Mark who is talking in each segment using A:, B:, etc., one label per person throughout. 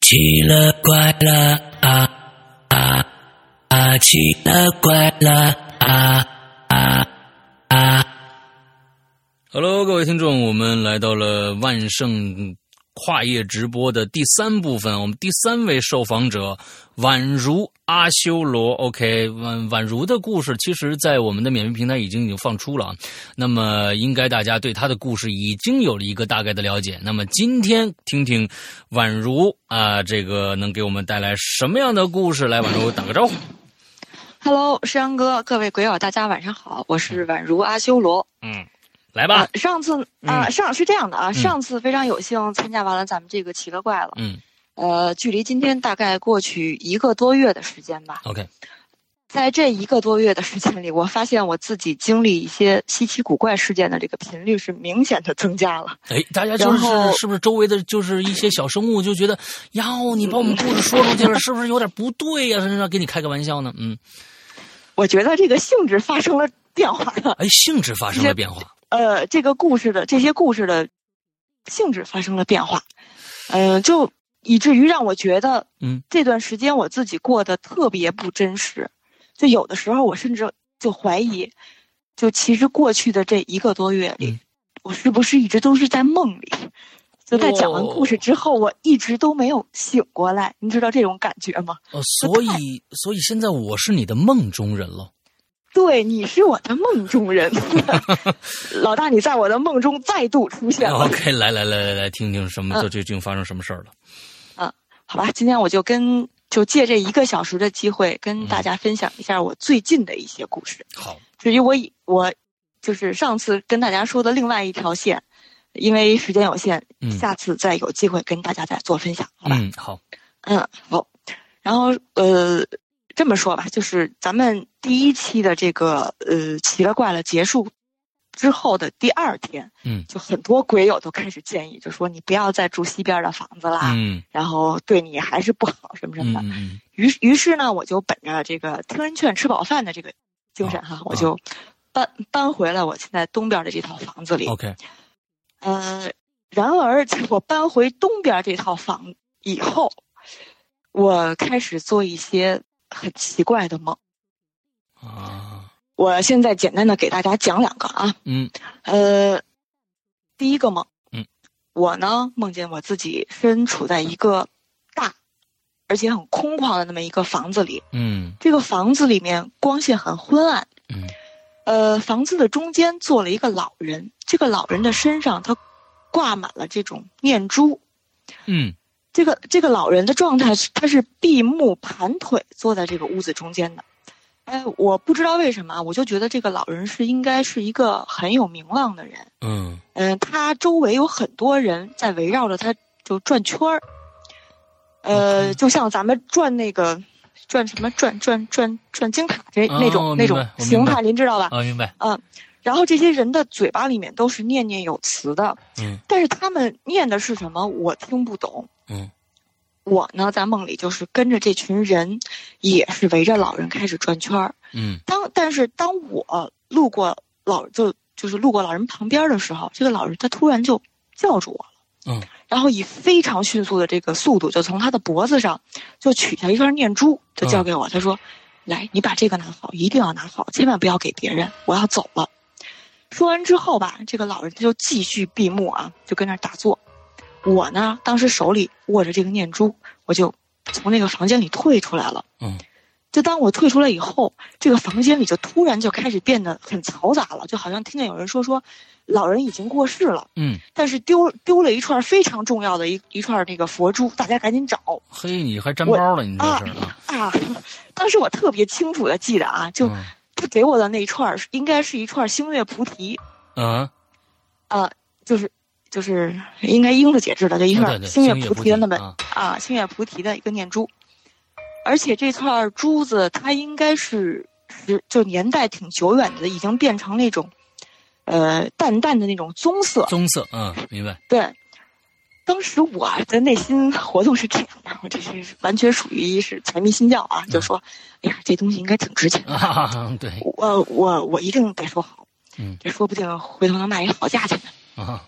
A: 奇了怪了啊啊啊！奇了怪了啊啊啊
B: ！Hello，各位听众，我们来到了万圣跨夜直播的第三部分。我们第三位受访者宛如阿修罗，OK，宛宛如的故事，其实在我们的免费平台已经已经放出了啊。那么，应该大家对他的故事已经有了一个大概的了解。那么，今天听听宛如啊、这个能给我们带来什么样的故事？来，宛如打个招呼。
C: Hello，山哥，各位鬼友，大家晚上好，我是宛如阿修罗。
B: 嗯，来
C: 啊、
B: 吧。
C: 上次啊、
B: 嗯
C: 上是这样的啊，上次非常有幸参加完了咱们这个奇了怪了，
B: 嗯
C: 呃，距离今天大概过去一个多月的时间吧。
B: ，OK，
C: 在这一个多月的时间里，我发现我自己经历一些稀奇古怪事件的这个频率是明显的增加了。
B: 哎，大家就是
C: 然后
B: 是不是周围的就是一些小生物就觉得，哟，你把我们故事说出去了，是不是有点不对呀、甚至要给你开个玩笑呢？嗯，
C: 我觉得这个性质发生了变化了，
B: 哎，性质发生了变化。
C: 呃，这个故事的这些故事的性质发生了变化，嗯、就以至于让我觉得，
B: 嗯，
C: 这段时间我自己过得特别不真实，就有的时候我甚至就怀疑，就其实过去的这一个多月里，
B: 嗯
C: 我是不是一直都是在梦里？就在讲完故事
B: 哦
C: 之后，我一直都没有醒过来，你知道这种感觉吗？
B: 哦，所以所以现在我是你的梦中人了。
C: 对，你是我的梦 中人，老大，你在我的梦中再度出现了。
B: OK，来来来来来，听听什么
C: 啊嗯
B: 这究竟发生什么事儿了？
C: 好吧，今天我就跟就借这一个小时的机会，跟大家分享一下我最近的一些故事。
B: 嗯好，
C: 至于我以我就是上次跟大家说的另外一条线，因为时间有限，
B: 嗯
C: 下次再有机会跟大家再做分享，好吧？
B: 嗯，好，
C: 嗯，好。然后呃，这么说吧，就是咱们第一期的这个呃奇了怪了结束之后的第二天，
B: 嗯
C: 就很多鬼友都开始建议，就说你不要再住西边的房子啦，
B: 嗯
C: 然后对你还是不好什么什
B: 嗯
C: 么的。
B: 嗯嗯
C: 于是于是呢，我就本着这个听人劝吃饱饭的这个精神哈，
B: 哦
C: 我
B: 嗯
C: 就搬搬回了我现在东边的这套房子里。
B: ，OK，
C: 呃，然而在我搬回东边这套房以后，我开始做一些很奇怪的梦。
B: 啊，
C: 我现在简单的给大家讲两个啊，
B: 嗯
C: 呃，第一个梦，
B: 嗯，
C: 我呢梦见我自己身处在一个大而且很空旷的那么一个房子里，
B: 嗯
C: 这个房子里面光线很昏暗，
B: 嗯
C: 呃，房子的中间坐了一个老人，这个老人的身上他挂满了这种念珠。
B: 嗯
C: 这个这个老人的状态是，他是闭目盘腿坐在这个屋子中间的。哎，我不知道为什么啊，我就觉得这个老人是应该是一个很有名望的人。
B: 嗯
C: 嗯、他周围有很多人在围绕着他就转圈儿，呃，就像咱们转那个转什么转转转转金卡这那
B: 哦
C: 种、
B: 我明白
C: 那种
B: 我
C: 形
B: 明白
C: 态，您知道吧？
B: 啊，明白，
C: 然后这些人的嘴巴里面都是念念有词的，
B: 嗯
C: 但是他们念的是什么，我听不懂。
B: 嗯
C: 我呢，在梦里就是跟着这群人，也是围着老人开始转圈儿。
B: 嗯
C: 当但是当我路过老就就是路过老人旁边的时候，这个老人他突然就叫住我了，
B: 嗯，
C: 然后以非常迅速的这个速度，就从他的脖子上就取下一串念珠，就
B: 嗯
C: 交给我。他说：“来，你把这个拿好，一定要拿好，千万不要给别人，我要走了。”说完之后吧，这个老人他就继续闭目啊，就跟那儿打坐。我呢，当时手里握着这个念珠，我就从那个房间里退出来了。
B: 嗯，
C: 就当我退出来以后，这个房间里就突然就开始变得很嘈杂了，就好像听见有人说说，老人已经过世了，
B: 嗯，
C: 但是丢丢了一串非常重要的一一串那个佛珠，大家赶紧找
B: 嘿，你还沾包了，你这事儿啊？
C: 啊！当时我特别清楚的记得啊，就
B: 嗯
C: 他给我的那一串儿应该是一串星月菩提，
B: 嗯
C: 呃就是就是应该英子姐知道，就一
B: 啊对
C: 串
B: 对，
C: 星月菩
B: 菩
C: 提的那么
B: 啊
C: 啊，星月菩提的一个念珠，而且这串珠子它应该是是就年代挺久远的，已经变成那种，呃，淡淡的那种棕色。
B: 棕色，嗯，明白，
C: 对，当时我的内心活动是这样的，我这是完全属于是财迷心窍啊，就说，哎呀，这东西应该挺值钱的，
B: 啊，对，
C: 我我我一定得说好，
B: 嗯
C: 这说不定回头能卖一好价钱呢。
B: 啊，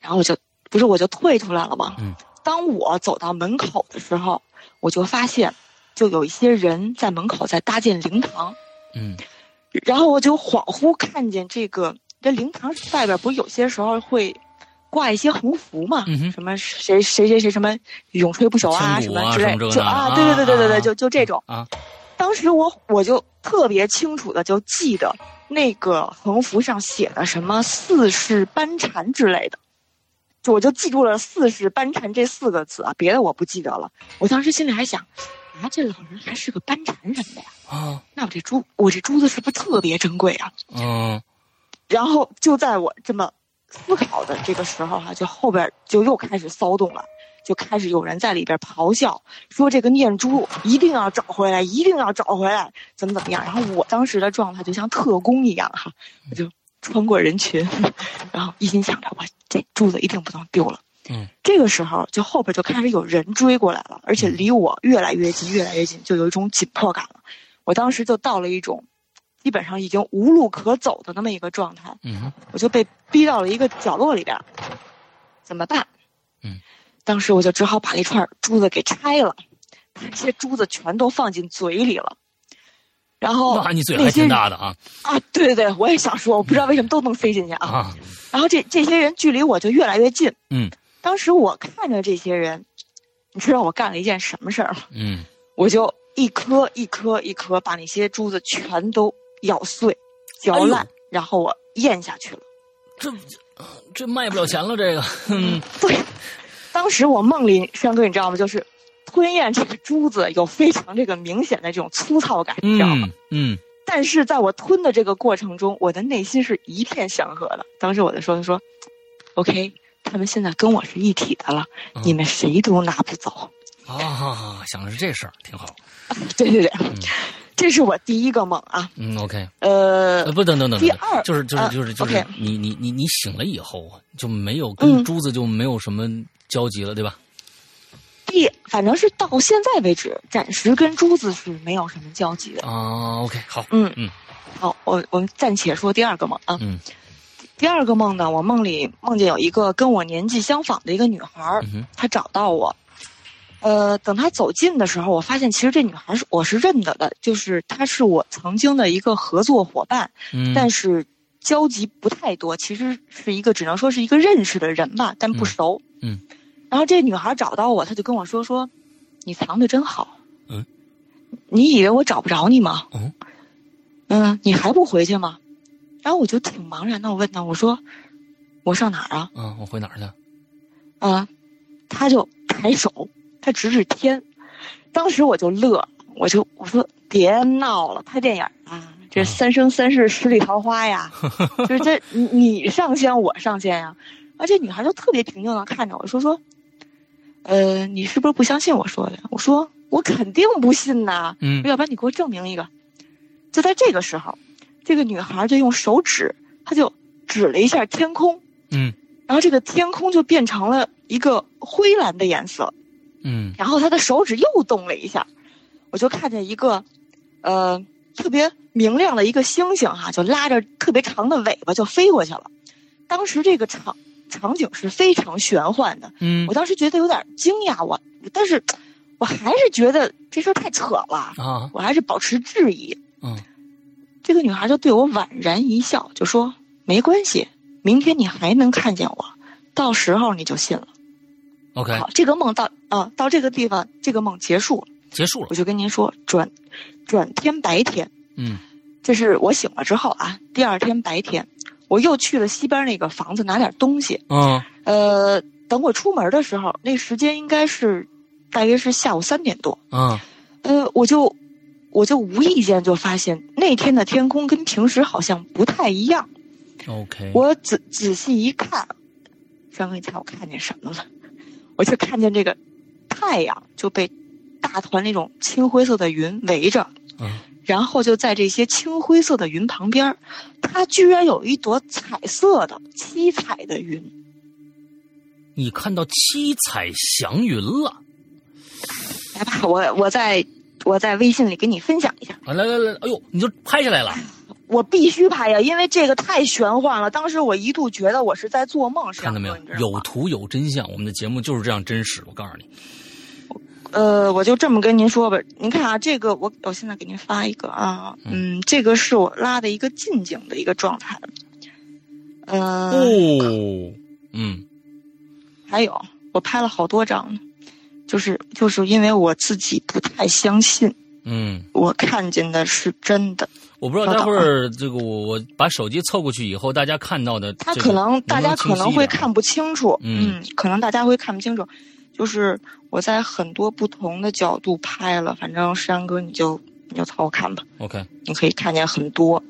C: 然后我就不是我就退出来了吗？
B: 嗯，
C: 当我走到门口的时候，我就发现，就有一些人在门口在搭建灵堂，
A: 嗯
C: 然后我就恍惚看见这个这灵堂外边不是有些时候会挂一些横幅嘛，
A: 嗯哼
C: 什么谁谁谁谁什么永垂不朽啊，
A: 千古啊
C: 么之类
A: 什么这个
C: 就
A: 那
C: 啊，
A: 的
C: 对对对对对
A: 啊啊
C: 对，就就这种。
A: 啊，
C: 当时我我就特别清楚的就记得那个横幅上写的什么“四世班禅”之类的，就我就记住了“四世班禅”这四个字啊，别的我不记得了。我当时心里还想，啊，这老人还是个班禅什么的呀？
A: 啊，
C: 那我这珠，我这珠子是不是特别珍贵啊？
A: 嗯
C: 然后就在我这么思考的这个时候哈、就后边就又开始骚动了，就开始有人在里边咆哮，说这个念珠一定要找回来，一定要找回来，怎么怎么样。然后我当时的状态就像特工一样哈、我就穿过人群，然后一心想着我这珠子一定不能丢了。
A: 嗯，
C: 这个时候就后边就开始有人追过来了，而且离我越来越近，越来越近，就有一种紧迫感了。我当时就到了一种基本上已经无路可走的那么一个状态。
A: 嗯哼
C: 我就被逼到了一个角落里边儿，怎么办？
A: 嗯，
C: 当时我就只好把那串珠子给拆了，把这些珠子全都放进嘴里了。然后
A: 哇，你嘴
C: 那
A: 还
C: 些
A: 挺大的啊
C: 啊！对对对，我也想说，我不知道为什么都能飞进去啊。
A: 啊，
C: 然后这这些人距离我就越来越近。
A: 嗯，
C: 当时我看着这些人，你知道我干了一件什么事儿吗？
A: 嗯
C: 我就一颗一颗一颗把那些珠子全都咬碎、嚼
A: 哎呦
C: 烂，然后我咽下去了。
A: 这这卖不了钱了，这个，嗯
C: 对， 当时我梦里，山哥你知道吗？就是吞咽这个珠子有非常这个明显的这种粗糙感，你知道吗？
A: 嗯嗯
C: 但是在我吞的这个过程中，我的内心是一片祥和的。当时我就说说，OK，他们现在跟我是一体的了，
A: 嗯
C: 你们谁都拿不走。
A: 啊，想的是这事儿，挺好，
C: 对对对，这是我第一个梦啊。
A: 嗯，OK，
C: 呃
A: 呃，，不，等等等等，
C: 第二
A: 就是就是
C: 呃
A: 就是就是
C: OK
A: 你你你你醒了以后啊，就没有
C: 嗯
A: 跟珠子就没有什么交集了，对吧？
C: 第反正是到现在为止，暂时跟珠子是没有什么交集的。
A: 啊，OK，好，
C: 嗯
A: 嗯
C: 好，我我们暂且说第二个梦啊。
A: 嗯
C: 第二个梦呢，我梦里梦见有一个跟我年纪相仿的一个女孩儿
A: 嗯，哼
C: 她找到我。呃，等她走近的时候，我发现其实这女孩是我是认得的，就是她是我曾经的一个合作伙伴，
A: 嗯，
C: 但是交集不太多，其实是一个只能说是一个认识的人吧，但不熟。
A: 嗯
C: 然后这女孩找到我，她就跟我说说：“你藏的真好。”
A: 嗯。
C: 你以为我找不着你吗？
A: 嗯。
C: 嗯，你还不回去吗？然后我就挺茫然的，我问她，我说：“我上哪儿啊
A: 啊，我回哪儿去？？”
C: 啊，她就抬手，她指指天。当时我就乐了，我就我说：“别闹了，拍电影啊！这
A: 嗯
C: 三生三世十里桃花呀。”就是这你你上线我上线呀、而这女孩就特别平静的看着我说说，呃，你是不是不相信我说的呀？我说我肯定不信呐，
A: 嗯
C: 要不然你给我证明一个。就在这个时候，这个女孩就用手指，她就指了一下天空，
A: 嗯
C: 然后这个天空就变成了一个灰蓝的颜色，
A: 嗯
C: 然后她的手指又动了一下，我就看见一个，呃，特别明亮的一个星星哈、就拉着特别长的尾巴就飞过去了。当时这个场场景是非常玄幻的，
A: 嗯
C: 我当时觉得有点惊讶，我但是我还是觉得这事儿太扯了，
A: 啊
C: 我还是保持质疑。
A: 嗯
C: 这个女孩就对我宛然一笑，就说：“没关系，明天你还能看见我，到时候你就信了。
A: ，OK，”
B: 哎
C: 好，这个梦到啊、到这个地方，这个梦结束了。
A: 结束了
C: 我，就跟您说，转转天白天，
A: 嗯
C: 这是我醒了之后啊，第二天白天，我又去了西边那个房子拿点东西。
A: 啊
C: 呃，等我出门的时候，那时间应该是大约是下午三点多。
A: 啊
C: 呃，我就我就无意间就发现那天的天空跟平时好像不太一样。
A: ，OK，
C: 我仔仔细一看，张哥，你猜我看见什么了？我就看见这个太阳就被大团那种青灰色的云围着，
A: 啊
C: 然后就在这些青灰色的云旁边儿，它居然有一朵彩色的七彩的云。
A: 你看到七彩祥云了，
C: 来吧，我我在我在微信里给你分享一下。
A: 啊，来来来，哎呦，你就拍下来了，
C: 我必须拍呀，因为这个太玄幻了。当时我一度觉得我是在做梦似的。
B: 看到没有
C: 你知道？吗
B: 有图有真相，我们的节目就是这样真实。我告诉你，
C: 呃，我就这么跟您说吧，您看啊，这个我我现在给您发一个啊，嗯，这个是我拉的一个近景的一个状态，呃，
B: 哦，嗯，
C: 还有我拍了好多张呢，就是就是因为我自己不太相信
B: 嗯，
C: 我看见的是真的，
B: 我不知道
C: 稍
B: 待
C: 等啊
B: 会儿这个我我把手机凑过去以后，大家看到的这
C: 他
B: 个、
C: 可能大家可能
B: 清
C: 会
B: 晰一点
C: 看不清楚，
B: 嗯
C: 嗯，可能大家会看不清楚，就是我在很多不同的角度拍了，反正山哥你就你就凑合看吧，
B: OK
C: 你可以看见很多。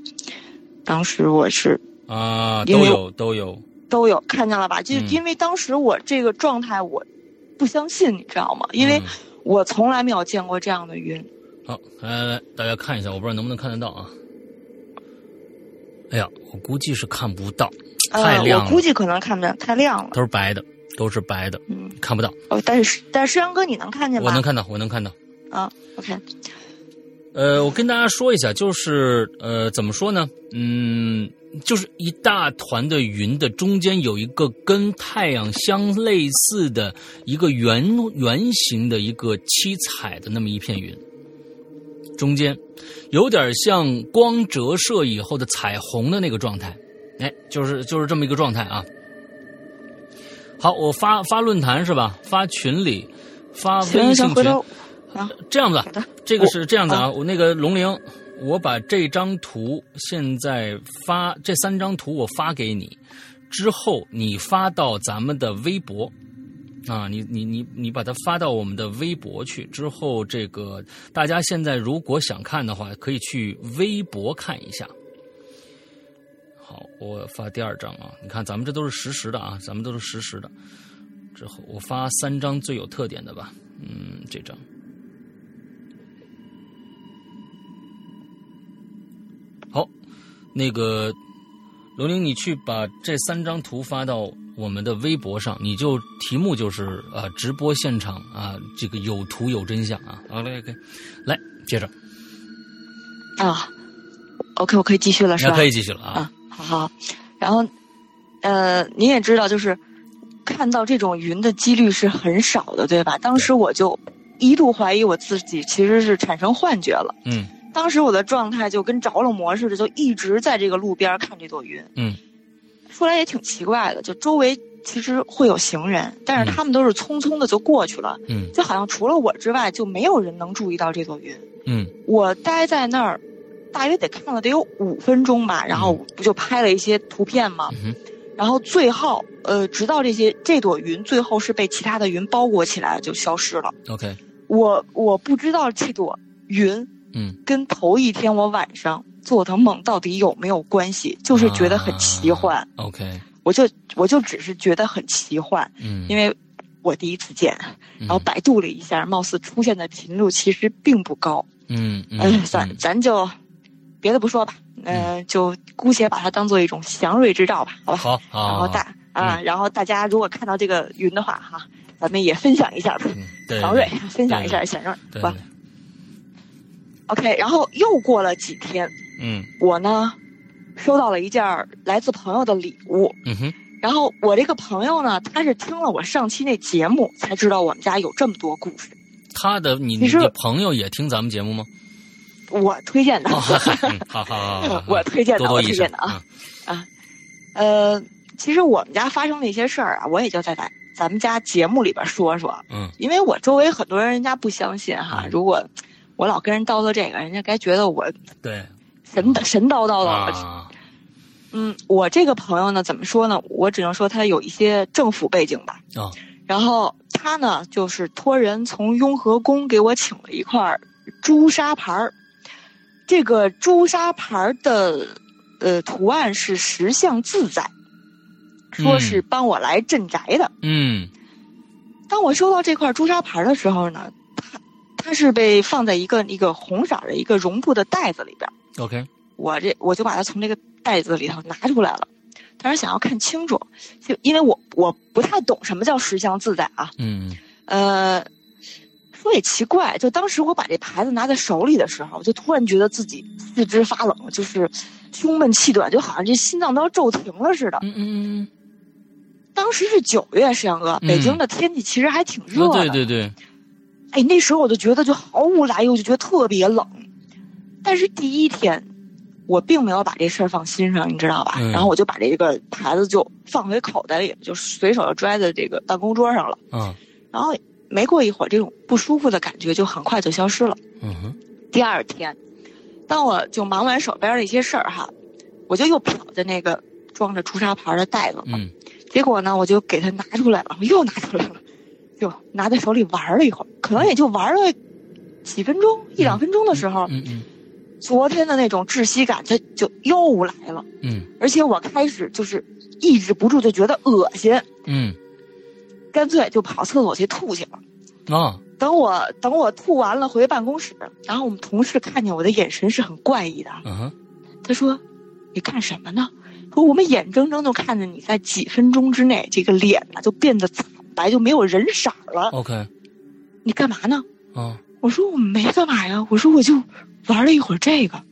C: 当时我是
B: 啊，
C: 因
B: 都
C: 为
B: 有都有，
C: 都有看见了吧？就是
B: 嗯
C: 因为当时我这个状态，我不相信，你知道吗？因为我从来没有见过这样的云。
B: 嗯好，来来来，大家看一下，我不知道能不能看得到啊。哎呀，我估计是看不到，太
C: 呃，
B: 亮
C: 我
B: 了，
C: 估计可能看不见，太亮了。
B: 都是白的，都是白的，
C: 嗯，
B: 看不到。
C: 哦，但是但是山哥你能看见吧？
B: 我能看到，我能看到。
C: 啊，OK，
B: 呃，我跟大家说一下，就是呃，怎么说呢？嗯，就是一大团的云的中间有一个跟太阳相类似的一个圆圆形的一个七彩的那么一片云，中间有点像光折射以后的彩虹的那个状态，哎，就是就是这么一个状态啊。好，我发发论坛是吧？发群里，发微
C: 行
B: 信
C: 行，
B: 群
C: 回。头啊，
B: 这样子
C: 好的，
B: 这个是这样子啊，我那个龙玲，我把这张图现在发，这三张图我发给你，之后你发到咱们的微博。啊，你你你你把它发到我们的微博去，之后这个大家现在如果想看的话，可以去微博看一下。好，我发第二张啊，你看咱们这都是实时的啊，咱们都是实时的。之后我发三张最有特点的吧，嗯，这张。好，那个龙玲，你去把这三张图发到我们的微博上，你就题目就是啊、呃直播现场啊、这个有图有真相啊。好嘞，OK，来接着，
C: 啊，OK，我可以继续了是
B: 那
C: 吧
B: 可？以继续了啊。
C: 啊，好好。然后，呃，您也知道，就是看到这种云的几率是很少的，对吧？当时我就一度怀疑我自己其实是产生幻觉了。
B: 嗯
C: 当时我的状态就跟着了魔似的，就一直在这个路边看这朵云。
B: 嗯
C: 说来也挺奇怪的，就周围其实会有行人，但是他们都是匆匆的就过去了，
B: 嗯
C: 就好像除了我之外，就没有人能注意到这朵云。
B: 嗯
C: 我待在那儿，大约得看了得有五分钟吧，然后不就拍了一些图片嘛，
B: 嗯哼
C: 然后最后呃，直到这些这朵云最后是被其他的云包裹起来就消失了。
B: ，OK，
C: 我我不知道这朵云
B: 嗯，
C: 跟头一天我晚上做的梦到底有没有关系，就是觉得很奇幻，
B: 啊 OK，
C: 我就我就只是觉得很奇幻，
B: 嗯，
C: 因
B: 为
C: 为。我第一次见，然后百度了一下，貌似出现的频率其实并不高。
B: 嗯 嗯
C: 嗯，
B: 嗯
C: 算，咱就别的不说吧，嗯、就姑且把它当做一种祥瑞之兆吧，好吧？
B: 好好，
C: 然后大
B: 嗯
C: 啊，然后大家如果看到这个云的话，哈、咱们也分享一下吧，
B: 嗯对
C: 祥瑞，分享一下
B: 对
C: 祥瑞，
B: 对，
C: 吧
B: 对
C: OK，然后又过了几天，
B: 嗯
C: 我呢收到了一件儿来自朋友的礼物，
B: 嗯哼
C: 然后我这个朋友呢，他是听了我上期那节目才知道我们家有这么多故事，
B: 他的你
C: 其
B: 你
C: 实
B: 你朋友也听咱们节目吗？
C: 我推荐的。
B: 哦，哈哈嗯好好好好，好
C: 我推荐的
B: 多多
C: 我
B: 益
C: 推
B: 善
C: 荐的啊
B: 嗯
C: 呃，其实我们家发生的一些事儿啊，我也就在咱咱们家节目里边说说，
B: 嗯
C: 因为我周围很多人人家不相信哈，
B: 嗯
C: 如果我老跟人叨叨这个，人家该觉得我
B: 对
C: 神叨神叨叨的。
B: 啊，
C: 嗯，我这个朋友呢，怎么说呢？我只能说他有一些政府背景吧。
B: 哦
C: 然后他呢，就是托人从雍和宫给我请了一块儿朱砂牌儿，这个朱砂牌儿的呃图案是十相自在，说是帮我来镇宅的。
B: 嗯
C: 当我收到这块朱砂牌的时候呢，它它是被放在一个一个红色儿的一个绒布的袋子里边儿。
B: ，OK，
C: 我这我就把它从这个袋子里头拿出来了，当时想要看清楚，就因为我我不太懂什么叫十相自在啊。
B: 嗯
C: 呃，说也奇怪，就当时我把这牌子拿在手里的时候，就突然觉得自己四肢发冷，就是胸闷气短，就好像这心脏都要骤停了似的。
A: 嗯嗯
C: 当时是九月，石阳哥，
A: 嗯
C: 北京的天气其实还挺
A: 嗯，
C: 热
A: 啊
C: 的。
A: 对对对，
C: 哎，那时候我就觉得就毫无来由，就觉得特别冷。但是第一天，我并没有把这事儿放心上，你知道吧？
A: 嗯
C: 然后我就把这个牌子就放回口袋里，就随手就拽在这个办公桌上了。
A: 啊，
C: 然后没过一会儿，这种不舒服的感觉就很快就消失了。
A: 嗯哼，
C: 第二天，当我就忙完手边的一些事儿哈，我就又瞟着那个装着朱砂牌的袋子，
A: 嗯
C: 结果呢，我就给它拿出来了，我 又拿出来了，就拿在手里玩了一会儿，可能也就玩了几分钟、一两分钟的时候，
A: 嗯嗯
C: 昨天的那种窒息感它就又来了，
A: 嗯
C: 而且我开始就是抑制不住，就觉得恶心，
A: 嗯
C: 干脆就跑厕所去吐去了。
A: 啊，
C: 等我等我吐完了回办公室，然后我们同事看见我的眼神是很怪异的，啊
A: 嗯哼，
C: 他说：“你干什么呢？”说我们眼睁睁就看着你在几分钟之内，这个脸啊就变得惨白，就没有人色儿了。
A: ，OK，
C: 你干嘛呢？
A: 啊，
C: 我说我没干嘛呀，我说我就玩了一会儿这个。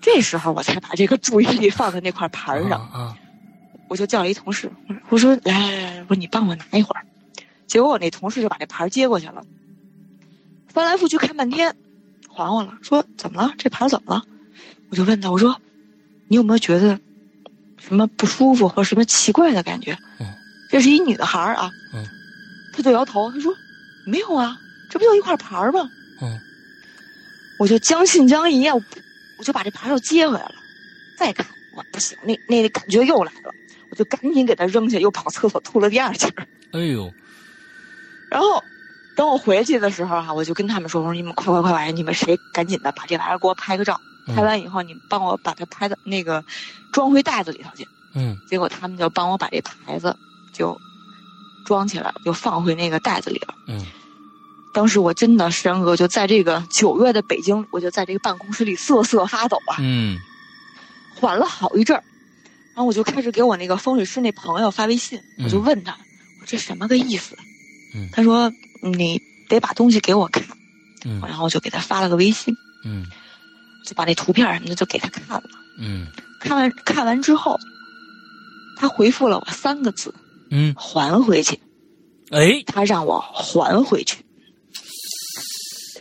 C: 这时候我才把这个注意力放在那块盘儿上，
A: 啊，
C: 我就叫了一同事，我说来来来，我说你帮我拿一会儿。结果我那同事就把这盘儿接过去了，翻来覆去看半天，还我了，说怎么了？这盘儿怎么了？我就问他，我说你有没有觉得什么不舒服或者什么奇怪的感觉？
A: 嗯
C: 这是一女孩儿啊，
A: 嗯
C: 她就摇头，她说没有啊，这不就一块盘儿吗？
A: 嗯
C: 我就将信将疑，我不我就把这牌又接回来了，再看我不行，那那那感觉又来了，我就赶紧给它扔下，又跑厕所吐了第二气儿。
A: 哎呦，
C: 然后等我回去的时候哈、我就跟他们说，我说你们快快快快，你们谁赶紧的把这玩意儿给我拍个照，
A: 嗯
C: 拍完以后你们帮我把它拍到那个装回袋子里头去。
A: 嗯
C: 结果他们就帮我把这牌子就装起来了，就放回那个袋子里了。
A: 嗯
C: 当时我真的山哥就在这个九月的北京，我就在这个办公室里瑟瑟发抖啊。
A: 嗯
C: 缓了好一阵儿，然后我就开始给我那个风水师那朋友发微信，
A: 嗯
C: 我就问他，我这什么个意思？
A: 嗯
C: 他说你得把东西给我看，
A: 嗯
C: 然后我就给他发了个微信，
A: 嗯
C: 就把那图片什么的就给他看了。
A: 嗯
C: 看完看完之后，他回复了我三个字：
A: 嗯，
C: 还回去。
A: 哎，
C: 他让我还回去。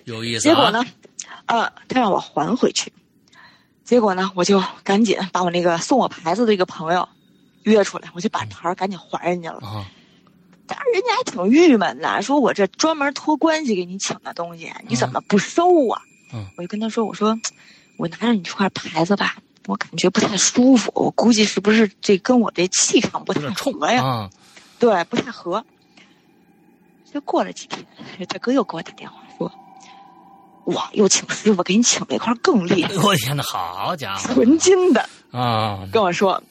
A: 有意思，啊
C: 结果？呢，呃，他让我还回去。结果呢，我就赶紧把我那个送我牌子的一个朋友约出来，我就
A: 嗯
C: 把牌儿赶紧还人家了。
A: 啊，
C: 但是人家还挺郁闷的，说我这专门托关系给你请的东西，你怎么不收啊？
A: 嗯
C: 我就跟他说，我说我拿着你这块牌子吧，我感觉不太舒服，我估计是不是这跟我这气场不太合呀？
A: 啊，
C: 对，不太合。就过了几天，大哥又给我打电话说，我又请师傅给你请了一块更厉害
A: 哎呦我天哪，好家伙，
C: 纯金的，
A: 啊，
C: 跟我说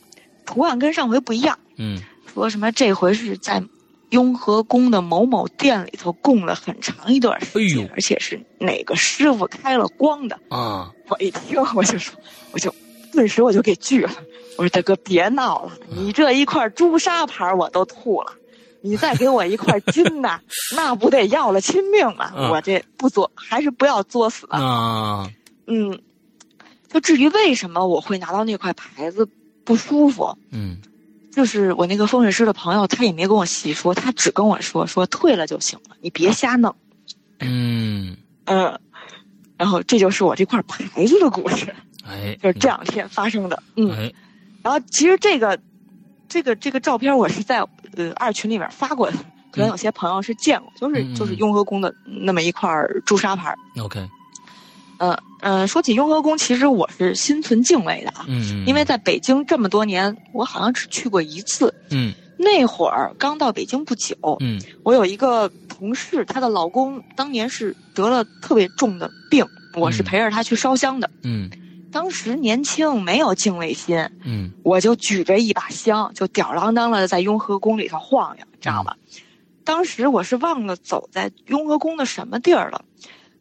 C: 图案跟上回不一样。
A: 嗯
C: 说什么这回是在雍和宫的某某店里头供了很长一段时间，
A: 哎呦
C: 而且是哪个师傅开了光的。
A: 啊，
C: 我一听我就说，我就顿时我就给拒了。我说大哥别闹了，你这一块朱砂牌我都吐了。你再给我一块金的， 那不得要了亲命吗？
A: 嗯
C: 我这不作，还是不要作死了。
A: 啊，
C: 嗯，就至于为什么我会拿到那块牌子不舒服，
A: 嗯
C: 就是我那个风水师的朋友，他也没跟我细说，他只跟我说说退了就行了，你别瞎弄。
A: 嗯，
C: 嗯，然后这就是我这块牌子的故事，
A: 哎，
C: 就是这两天发生的。嗯，
A: 哎，
C: 然后其实这个这个这个照片我是在呃二群里面发过的，可能有些朋友是见过，就是
A: 嗯嗯嗯
C: 就是雍和宫的那么一块朱砂牌。
A: ，OK，
C: 嗯嗯、呃说起雍和宫，其实我是心存敬畏的啊，
A: 嗯，嗯
C: 因为在北京这么多年，我好像只去过一次。
A: 嗯
C: 那会儿刚到北京不久，
A: 嗯
C: 我有一个同事，她的老公当年是得了特别重的病，我是
A: 嗯
C: 陪着她去烧香的。
A: 嗯
C: 当时年轻没有敬畏心，
A: 嗯
C: 我就举着一把香，就吊儿郎当的在雍和宫里头晃悠，知道吗？
A: 嗯
C: 当时我是忘了走在雍和宫的什么地儿了，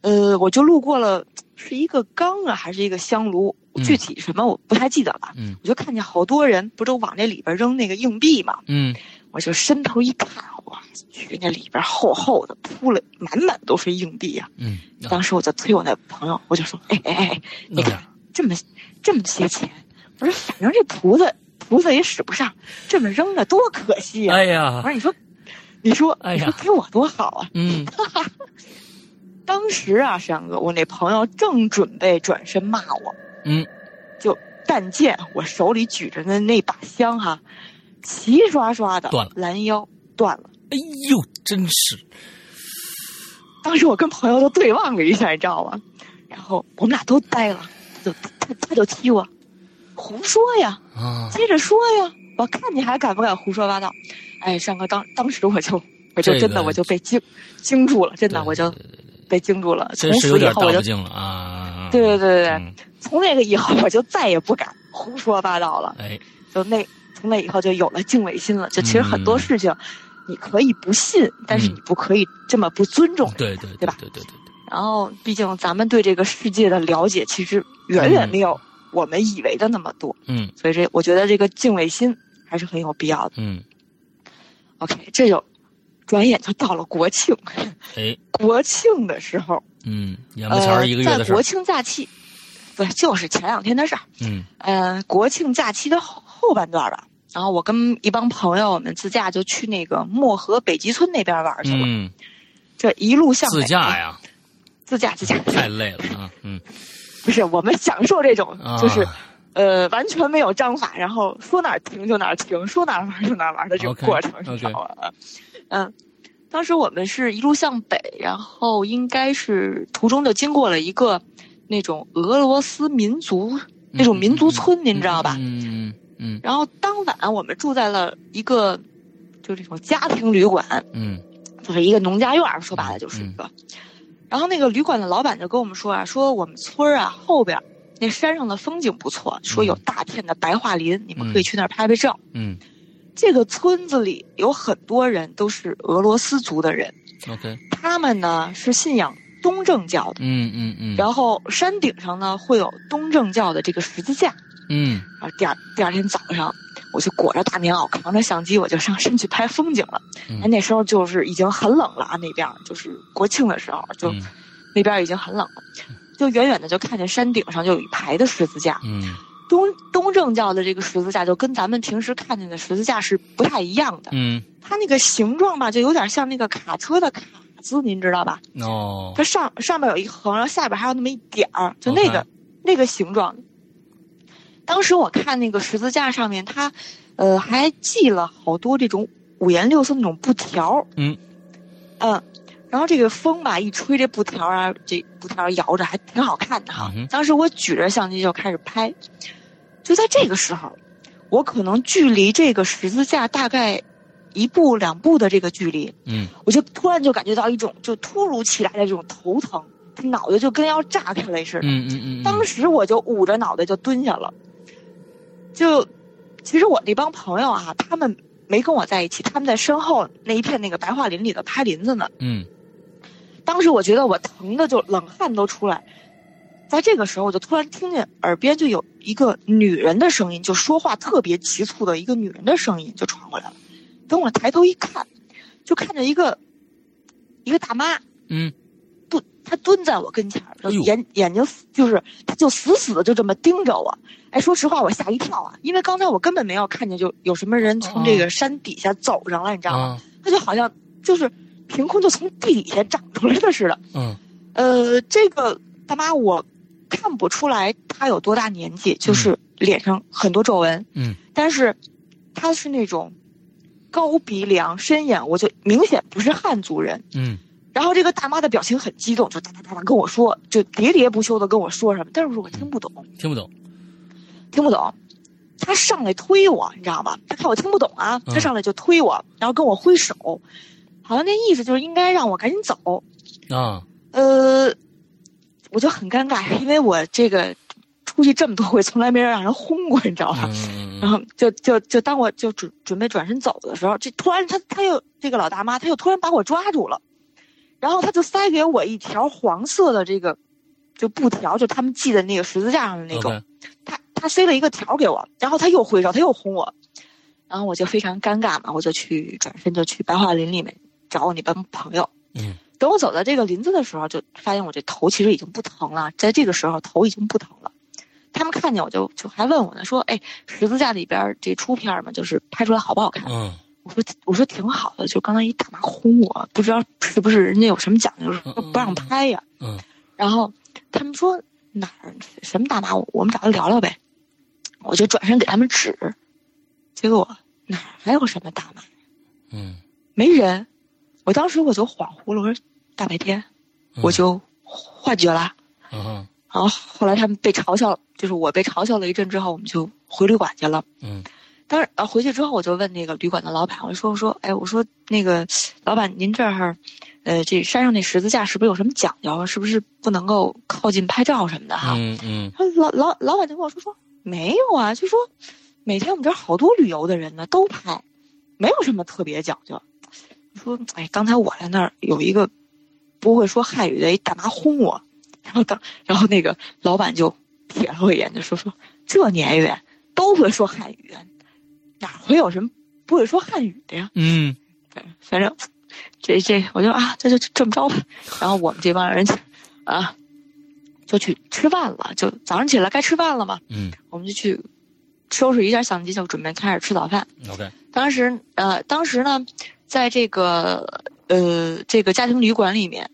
C: 呃，我就路过了是一个缸啊，还是一个香炉，
A: 嗯
C: 具体什么我不太记得了。
A: 嗯
C: 我就看见好多人不都往那里边扔那个硬币吗？
A: 嗯，
C: 我就伸头一看，哇，去那里边厚厚的铺了满满都是硬币呀、啊
A: 嗯，
C: 当时我就推我那朋友，我就说：“哎哎哎，
A: 弄点儿，
C: 这么这么些钱？我说反正这菩萨菩萨也使不上，这么扔着多可惜呀、
A: 哎
C: 我
A: 呀，
C: 说你说，你说，
A: 哎
C: 你
A: 呀
C: 说给我多好啊！
A: 嗯
C: 当时啊，山哥，我那朋友正准备转身骂我，
A: 嗯，
C: 就但见我手里举着的那把香哈、齐刷刷的
A: 断了
C: 拦腰断了。
A: 哎呦，真是，
C: 当时我跟朋友都对望了一下，你知道吗？然后我们俩都呆了，他就他他就踢我，胡说呀，
A: 啊，
C: 接着说呀，我看你还敢不敢胡说八道？哎，山哥，当当时我就我
A: 这
C: 就
A: 个
C: 真的我就被惊惊住了，真的
A: 对
C: 我就被惊住了。从
A: 真是有
C: 此以
A: 点
C: 后
A: 道
C: 我
A: 不
C: 就
A: 尽了啊。
C: 对对对对对
A: 嗯
C: 从那个以后我就再也不敢胡说八道了，
A: 哎，
C: 就那从那以后就有了敬畏心了。就其实很多
A: 嗯
C: 事情，你可以不信，但是
A: 嗯
C: 你不可以这么不尊重人
A: 对
C: 家
A: 对
C: 对吧？
A: 对对对，
C: 然后，毕竟咱们对这个世界的了解，其实远远没有我们以为的那么多，
A: 嗯
C: 所以这我觉得这个敬畏心还是很有必要的。
A: 嗯，
C: OK，这就转眼就到了国庆，
A: 哎，
C: 国庆的时候，
A: 嗯，眼巴前
C: 呃
A: 儿一个，月
C: 在
A: 的事儿
C: 国，庆假期，对，就是前两天的事儿。
A: 嗯
C: 呃，国庆假期的后后半段吧，然后我跟一帮朋友，我们自驾就去那个漠河北极村那边玩去了。
A: 嗯，
C: 这一路向北
A: 自驾，呀，
C: 自驾自驾，
A: 太累了啊，嗯
C: 不是我们享受这种
A: 啊，
C: 就是。呃，完全没有章法，然后说哪儿停就哪儿停，说哪儿玩就哪儿玩的这种
A: OK，
C: 过程
A: OK
C: 你知道吗？嗯，当时我们是一路向北，然后应该是途中就经过了一个那种俄罗斯民族那种民族村，您知道吧？
A: 嗯嗯
C: 然后当晚我们住在了一个就是这种家庭旅馆，
A: 嗯
C: 就是一个农家院儿，说白了就是一个。然后那个旅馆的老板就跟我们说啊，说我们村儿啊后边儿那山上的风景不错，说有大片的白桦林，你们可以去那儿拍拍照。
A: 嗯
C: 这个村子里有很多人都是俄罗斯族的人，
A: ，OK，
C: 他们呢是信仰东正教的。
A: 嗯嗯嗯，
C: 然后山顶上呢会有东正教的这个十字架，
A: 嗯
C: 然后第二第二天早上，我就裹着大棉袄，扛着相机，我就上山去拍风景了
A: 嗯。
C: 哎，那时候就是已经很冷了啊，那边儿就是国庆的时候，就、
A: 嗯
C: 那边儿已经很冷了。就远远的就看见山顶上就有一排的十字架，
A: 嗯
C: 东东正教的这个十字架就跟咱们平时看见的十字架是不太一样的，
A: 嗯，
C: 它那个形状吧，就有点像那个卡车的卡子，您知道吧？
A: 哦
C: 它，上上面有一横，然后下边还有那么一点儿，就那个
A: OK
C: 那个形状。当时我看那个十字架上面，它呃还系了好多这种五颜六色那种布条。
A: 嗯
C: 嗯，然后这个风吧一吹，这布条啊，这布条摇着还挺好看的哈。
A: 嗯哼
C: 当时我举着相机就开始拍，就在这个时候，我可能距离这个十字架大概一步两步的这个距离，
A: 嗯
C: 我就突然就感觉到一种就突如其来的这种头疼，脑袋就跟要炸开了似的。
A: 嗯嗯嗯，
C: 当时我就捂着脑袋就蹲下了。就其实我那帮朋友啊，他们没跟我在一起，他们在身后那一片那个白桦林里头拍林子呢。
A: 嗯
C: 当时我觉得我疼的就冷汗都出来。在这个时候，我就突然听见耳边就有一个女人的声音，就说话特别急促的一个女人的声音就传过来了。等我抬头一看，就看见一个一个大妈，
A: 嗯
C: 蹲，她蹲在我跟前儿，就
A: 哎呦
C: 眼、眼睛就是，她就死死的就这么盯着我。哎，说实话，我吓一跳啊，因为刚才我根本没有看见就有什么人从这个山底下走上来，你知道吗？
A: 啊
C: 她就好像就是凭空就从地底下长出来的似的。
A: 嗯
C: 呃，这个大妈我看不出来她有多大年纪，就是脸上很多皱纹，
A: 嗯
C: 但是她是那种高鼻梁、深眼，我就明显不是汉族人。
A: 嗯
C: 然后这个大妈的表情很激动，就哒哒哒哒跟我说，就喋喋不休的跟我说什么，但是我听不懂，
A: 听不懂，
C: 听不懂。她上来推我，你知道吗？她看我听不懂啊，
A: 嗯
C: 她上来就推我，然后跟我挥手，好像那意思就是应该让我赶紧走。
A: 啊
C: 呃，我就很尴尬，因为我这个出去这么多回，从来没人让人轰过，你知道吧？
A: 嗯
C: 然后就就就当我就准准备转身走的时候，这突然他他又这个老大妈，她又突然把我抓住了，然后她就塞给我一条黄色的这个就布条，就他们系在那个十字架上的那种。他他塞了一个条给我，然后他又挥手，他又轰我，然后我就非常尴尬嘛，我就去转身就去白桦林里面找我那帮朋友。
A: 嗯，
C: 等我走到这个林子的时候，就发现我这头其实已经不疼了，在这个时候头已经不疼了，看见我就就还问我呢，说哎，十字架里边这出片儿嘛，就是拍出来好不好看？
A: 嗯
C: 我说我说挺好的，就刚才一大妈轰我，不知道是不是人家有什么讲究，说不让拍呀。
A: 嗯
C: 然后他们说哪儿什么大妈，我们找他聊聊呗。我就转身给他们指，结果哪儿还有什么大妈，
A: 嗯
C: 没人。我当时我就恍惚了，我说大白天
A: 嗯
C: 我就幻觉了。
A: 嗯哼
C: 然后后来他们被嘲笑，就是我被嘲笑了一阵之后，我们就回旅馆去了。
A: 嗯
C: 当时啊，回去之后我就问那个旅馆的老板，我说我说，哎，我说那个老板，您这儿，呃，这山上那十字架是不是有什么讲究啊？是不是不能够靠近拍照什么的哈、
A: 嗯嗯
C: 他老老老板就跟我说说没有啊，就说每天我们这儿好多旅游的人呢都拍，没有什么特别讲究。我说哎，刚才我在那儿有一个不会说汉语的一大妈轰我，然后当然后那个老板就瞥了我一眼，就说说这年月都会说汉语，哪会有什么不会说汉语的呀？
A: 嗯
C: 反正这这，我就啊，这就这么着吧。然后我们这帮人就啊，就去吃饭了，就早上起来该吃饭了嘛，
A: 嗯
C: 我们就去收拾一下相机，就准备开始吃早饭。
A: ，OK，
C: 当时呃，当时呢，在这个呃这个家庭旅馆里面。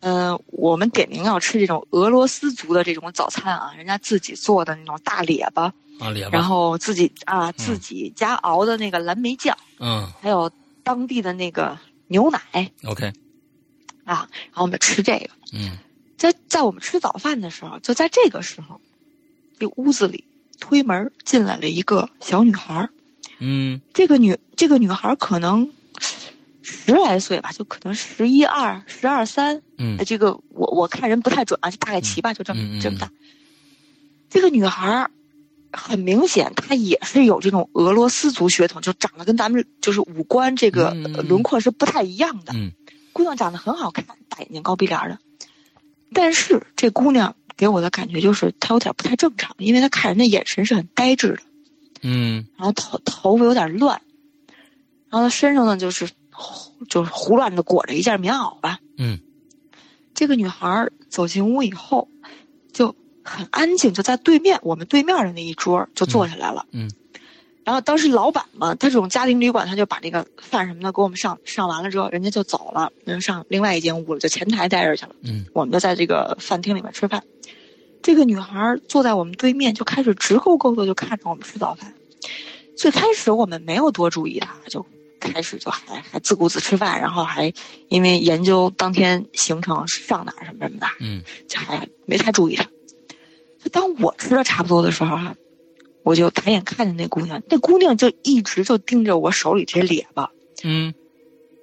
C: 呃，我们点名要吃这种俄罗斯族的这种早餐啊，人家自己做的那种大列巴，
A: 啊，列
C: 然
A: 巴，
C: 后自己啊自己家熬的那个蓝莓酱，
A: 嗯
C: 还有当地的那个牛奶，
A: ，OK，
C: 啊，然后我们吃这个。
A: 嗯
C: 在在我们吃早饭的时候，就在这个时候，这屋子里推门进来了一个小女孩儿。
A: 嗯
C: 这个女这个女孩儿可能十来岁吧，就可能十一二、十二三。
A: 嗯
C: 呃这个我我看人不太准啊，就大概齐吧，就这么、
A: 嗯嗯
C: 这么大。这个女孩儿很明显，她也是有这种俄罗斯族血统，就长得跟咱们就是五官这个
A: 嗯嗯
C: 呃
A: 嗯
C: 轮廓是不太一样的。
A: 嗯
C: 姑娘长得很好看，大眼睛高鼻梁儿的，但是这姑娘给我的感觉就是她有点不太正常，因为她看人的眼神是很呆滞的，
A: 嗯
C: 然后头头发有点乱，然后她身上呢就是就是胡乱的裹着一件棉袄吧。
A: 嗯，
C: 这个女孩儿走进屋以后，就很安静，就在对面我们对面的那一桌就坐下来了。
A: 嗯嗯
C: 然后当时老板嘛，他这种家庭旅馆，他就把那个饭什么的给我们上上完了之后，人家就走了，人上另外一间屋了，就前台待着去了。
A: 嗯，
C: 我们就在这个饭厅里面吃饭。这个女孩儿坐在我们对面，就开始直勾勾的就看着我们吃早饭。最开始我们没有多注意她，啊就开始就还还自顾自吃饭，然后还因为研究当天行程上哪儿什么什么的，
A: 嗯
C: 就还没太注意她。就当我吃的差不多的时候啊，我就抬眼看见那姑娘，那姑娘就一直就盯着我手里这列巴，
A: 嗯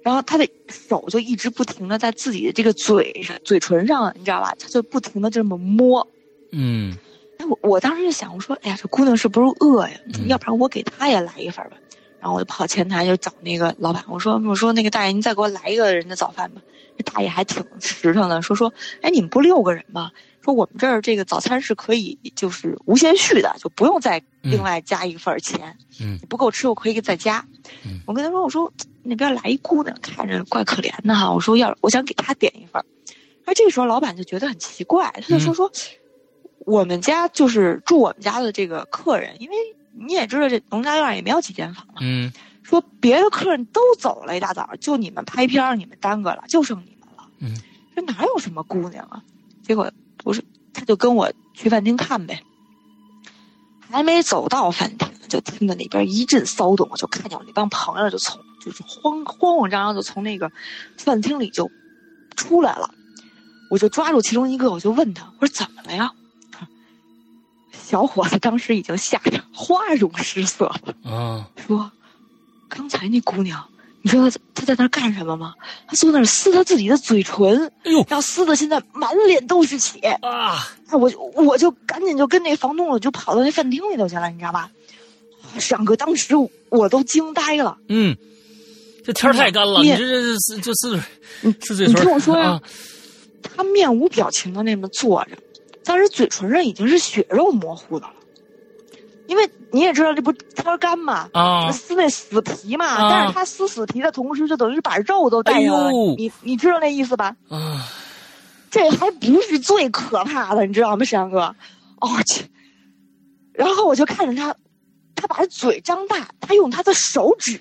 C: 然后她的手就一直不停的在自己的这个嘴上、嘴唇上，你知道吧？她就不停的这么摸。
A: 嗯
C: 哎，我我当时就想，我说，哎呀，这姑娘是不是饿呀？
A: 嗯
C: 要不然我给她也来一份儿吧。然后我就跑前台就找那个老板，我说，我说那个大爷，您再给我来一个人的早饭吧。这大爷还挺实诚的，说说，哎，你们不六个人吗？说我们这儿这个早餐是可以就是无限续的，就不用再另外加一份儿钱。
A: 嗯
C: 不够吃，我可以给再加。
A: 嗯
C: 我跟他说，我说那边来一姑娘，看着怪可怜的哈，我说要我想给她点一份儿。而这个时候，老板就觉得很奇怪，他就说
A: 嗯
C: 说，我们家就是住我们家的这个客人，因为你也知道这农家院也没有几间房嘛，
A: 嗯
C: 说别的客人都走了，一大早就你们拍片儿，你们耽搁了，就剩你们了。
A: 嗯，
C: 这哪有什么姑娘啊？结果不是，他就跟我去饭厅看呗。还没走到饭厅，就听到里边一阵骚动，我就看见我那帮朋友就从就是慌慌慌张张就从那个饭厅里就出来了。我就抓住其中一个，我就问他，我说怎么了呀？小伙子当时已经吓得花容失色了。
A: 啊，
C: 说，刚才那姑娘，你知道她在她在那儿干什么吗？她坐那儿撕她自己的嘴唇，
A: 哎呦
C: 然后撕的现在满脸都是血。
A: 啊，
C: 哎，我就我就赶紧就跟那房东，我就跑到那饭厅里头去了，你知道吧？闪哥当时我都惊呆了，
A: 嗯，这天儿太干了，
C: 你
A: 你
C: 也
A: 这这这这四
C: 你
A: 四嘴
C: 你
A: 唇儿，
C: 听我说呀
A: 啊，
C: 他面无表情的那么坐着，当时嘴唇上已经是血肉模糊的了，因为你也知道这不天儿干嘛，
A: 啊，
C: 撕那死皮嘛，
A: 啊
C: 但是他撕死皮的同时，就等于是把肉都带上了。
A: 哎呦
C: 你你知道那意思吧？
A: 啊，
C: 这还不是最可怕的，你知道吗，沈阳哥？哦，去，然后我就看着他，他把嘴张大，他用他的手指，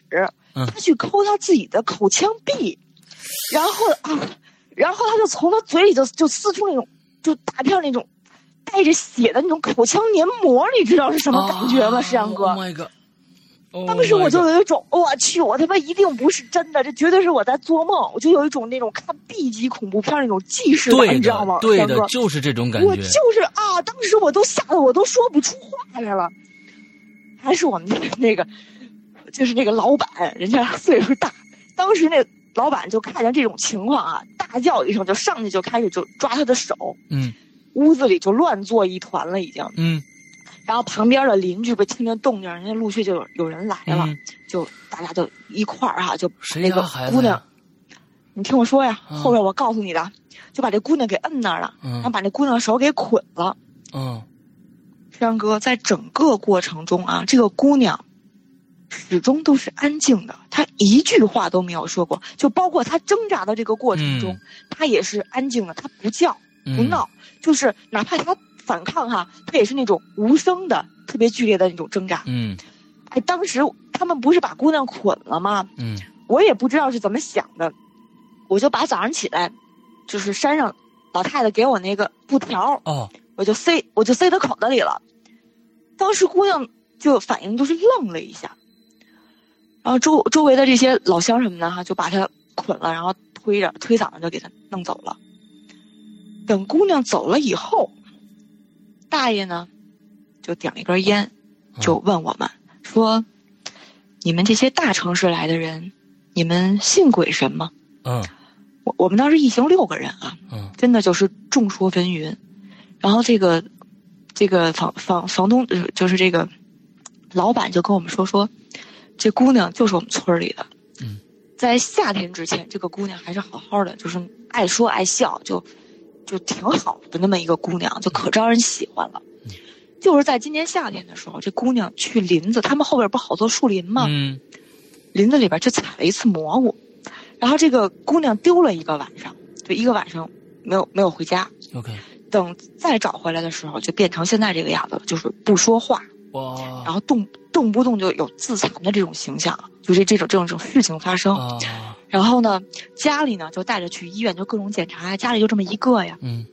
A: 嗯
C: 他去抠他自己的口腔壁，然后啊，然后他就从他嘴里就就撕出那种就大片那种带着血的那种口腔黏膜，你知道是什么感觉吗？石阳哥，
A: ，Oh my god！Oh
C: 当时我
A: my
C: 就
A: god
C: 有一种，我去，我他妈一定不是真的，这绝对是我在做梦。我就有一种那种看 B 级恐怖片那种既视感，
A: 对
C: 你知道吗
A: 的，？对
C: 三
A: 的
C: 哥，，
A: 就是这种感
C: 我
A: 觉
C: 就是啊，当时我都吓得我都说不出话来了。还是我们那个那个，就是那个老板，人家岁数大，当时那老板就看见这种情况啊，大叫一声，就上去就开始就抓他的手，
A: 嗯
C: 屋子里就乱作一团了已经。
A: 嗯，
C: 然后旁边的邻居不听见动静，人家陆续就有有人来了，
A: 嗯
C: 就大家就一块儿、哈，就把
A: 谁
C: 那
A: 家
C: 个
A: 孩
C: 姑
A: 子
C: 娘
A: 呀？，
C: 你听我说呀，
A: 嗯
C: 后边我告诉你的，就把这姑娘给摁那儿了，然后
A: 嗯
C: 把那姑娘手给捆了。
A: 嗯
C: 山哥在整个过程中啊，这个姑娘始终都是安静的，她一句话都没有说过，就包括她挣扎的这个过程中，
A: 嗯
C: 她也是安静的，她不叫
A: 嗯，
C: 不闹，就是哪怕她反抗哈、她也是那种无声的、特别剧烈的那种挣扎。
A: 嗯
C: 哎，当时他们不是把姑娘捆了吗？
A: 嗯
C: 我也不知道是怎么想的，我就把早上起来，就是山上老太太给我那个布条，
A: 哦，
C: 我就塞我就塞她口袋里了。当时姑娘就反应就是愣了一下，然后周周围的这些老乡什么的哈，就把她捆了，然后推着推搡着就给她弄走了。等姑娘走了以后，大爷呢就点了一根烟，就问我们说：“你们这些大城市来的人，你们信鬼神吗
A: 嗯？”
C: 我我们当时一行六个人啊，
A: 嗯
C: 真的就是众说纷纭。然后这个这个房房房东呃就是这个老板就跟我们说说，这姑娘就是我们村儿里的。
A: 嗯
C: 在夏天之前，这个姑娘还是好好的，就是爱说爱笑，就就挺好的那么一个姑娘，就可招人喜欢了。
A: 嗯
C: 就是在今年夏天的时候，这姑娘去林子，他们后边不是好多树林吗？
A: 嗯
C: 林子里边就采了一次蘑菇，然后这个姑娘丢了一个晚上，就一个晚上没有没有回家。
A: ，OK，
C: 等再找回来的时候，就变成现在这个样子了，就是不说话，然
A: 哇
C: 后动动不动就有自残的这种形象，就是这种这种这种事情发生。
A: 啊，
C: 然后呢，家里呢就带着去医院，就各种检查，家里就这么一个呀，
A: 嗯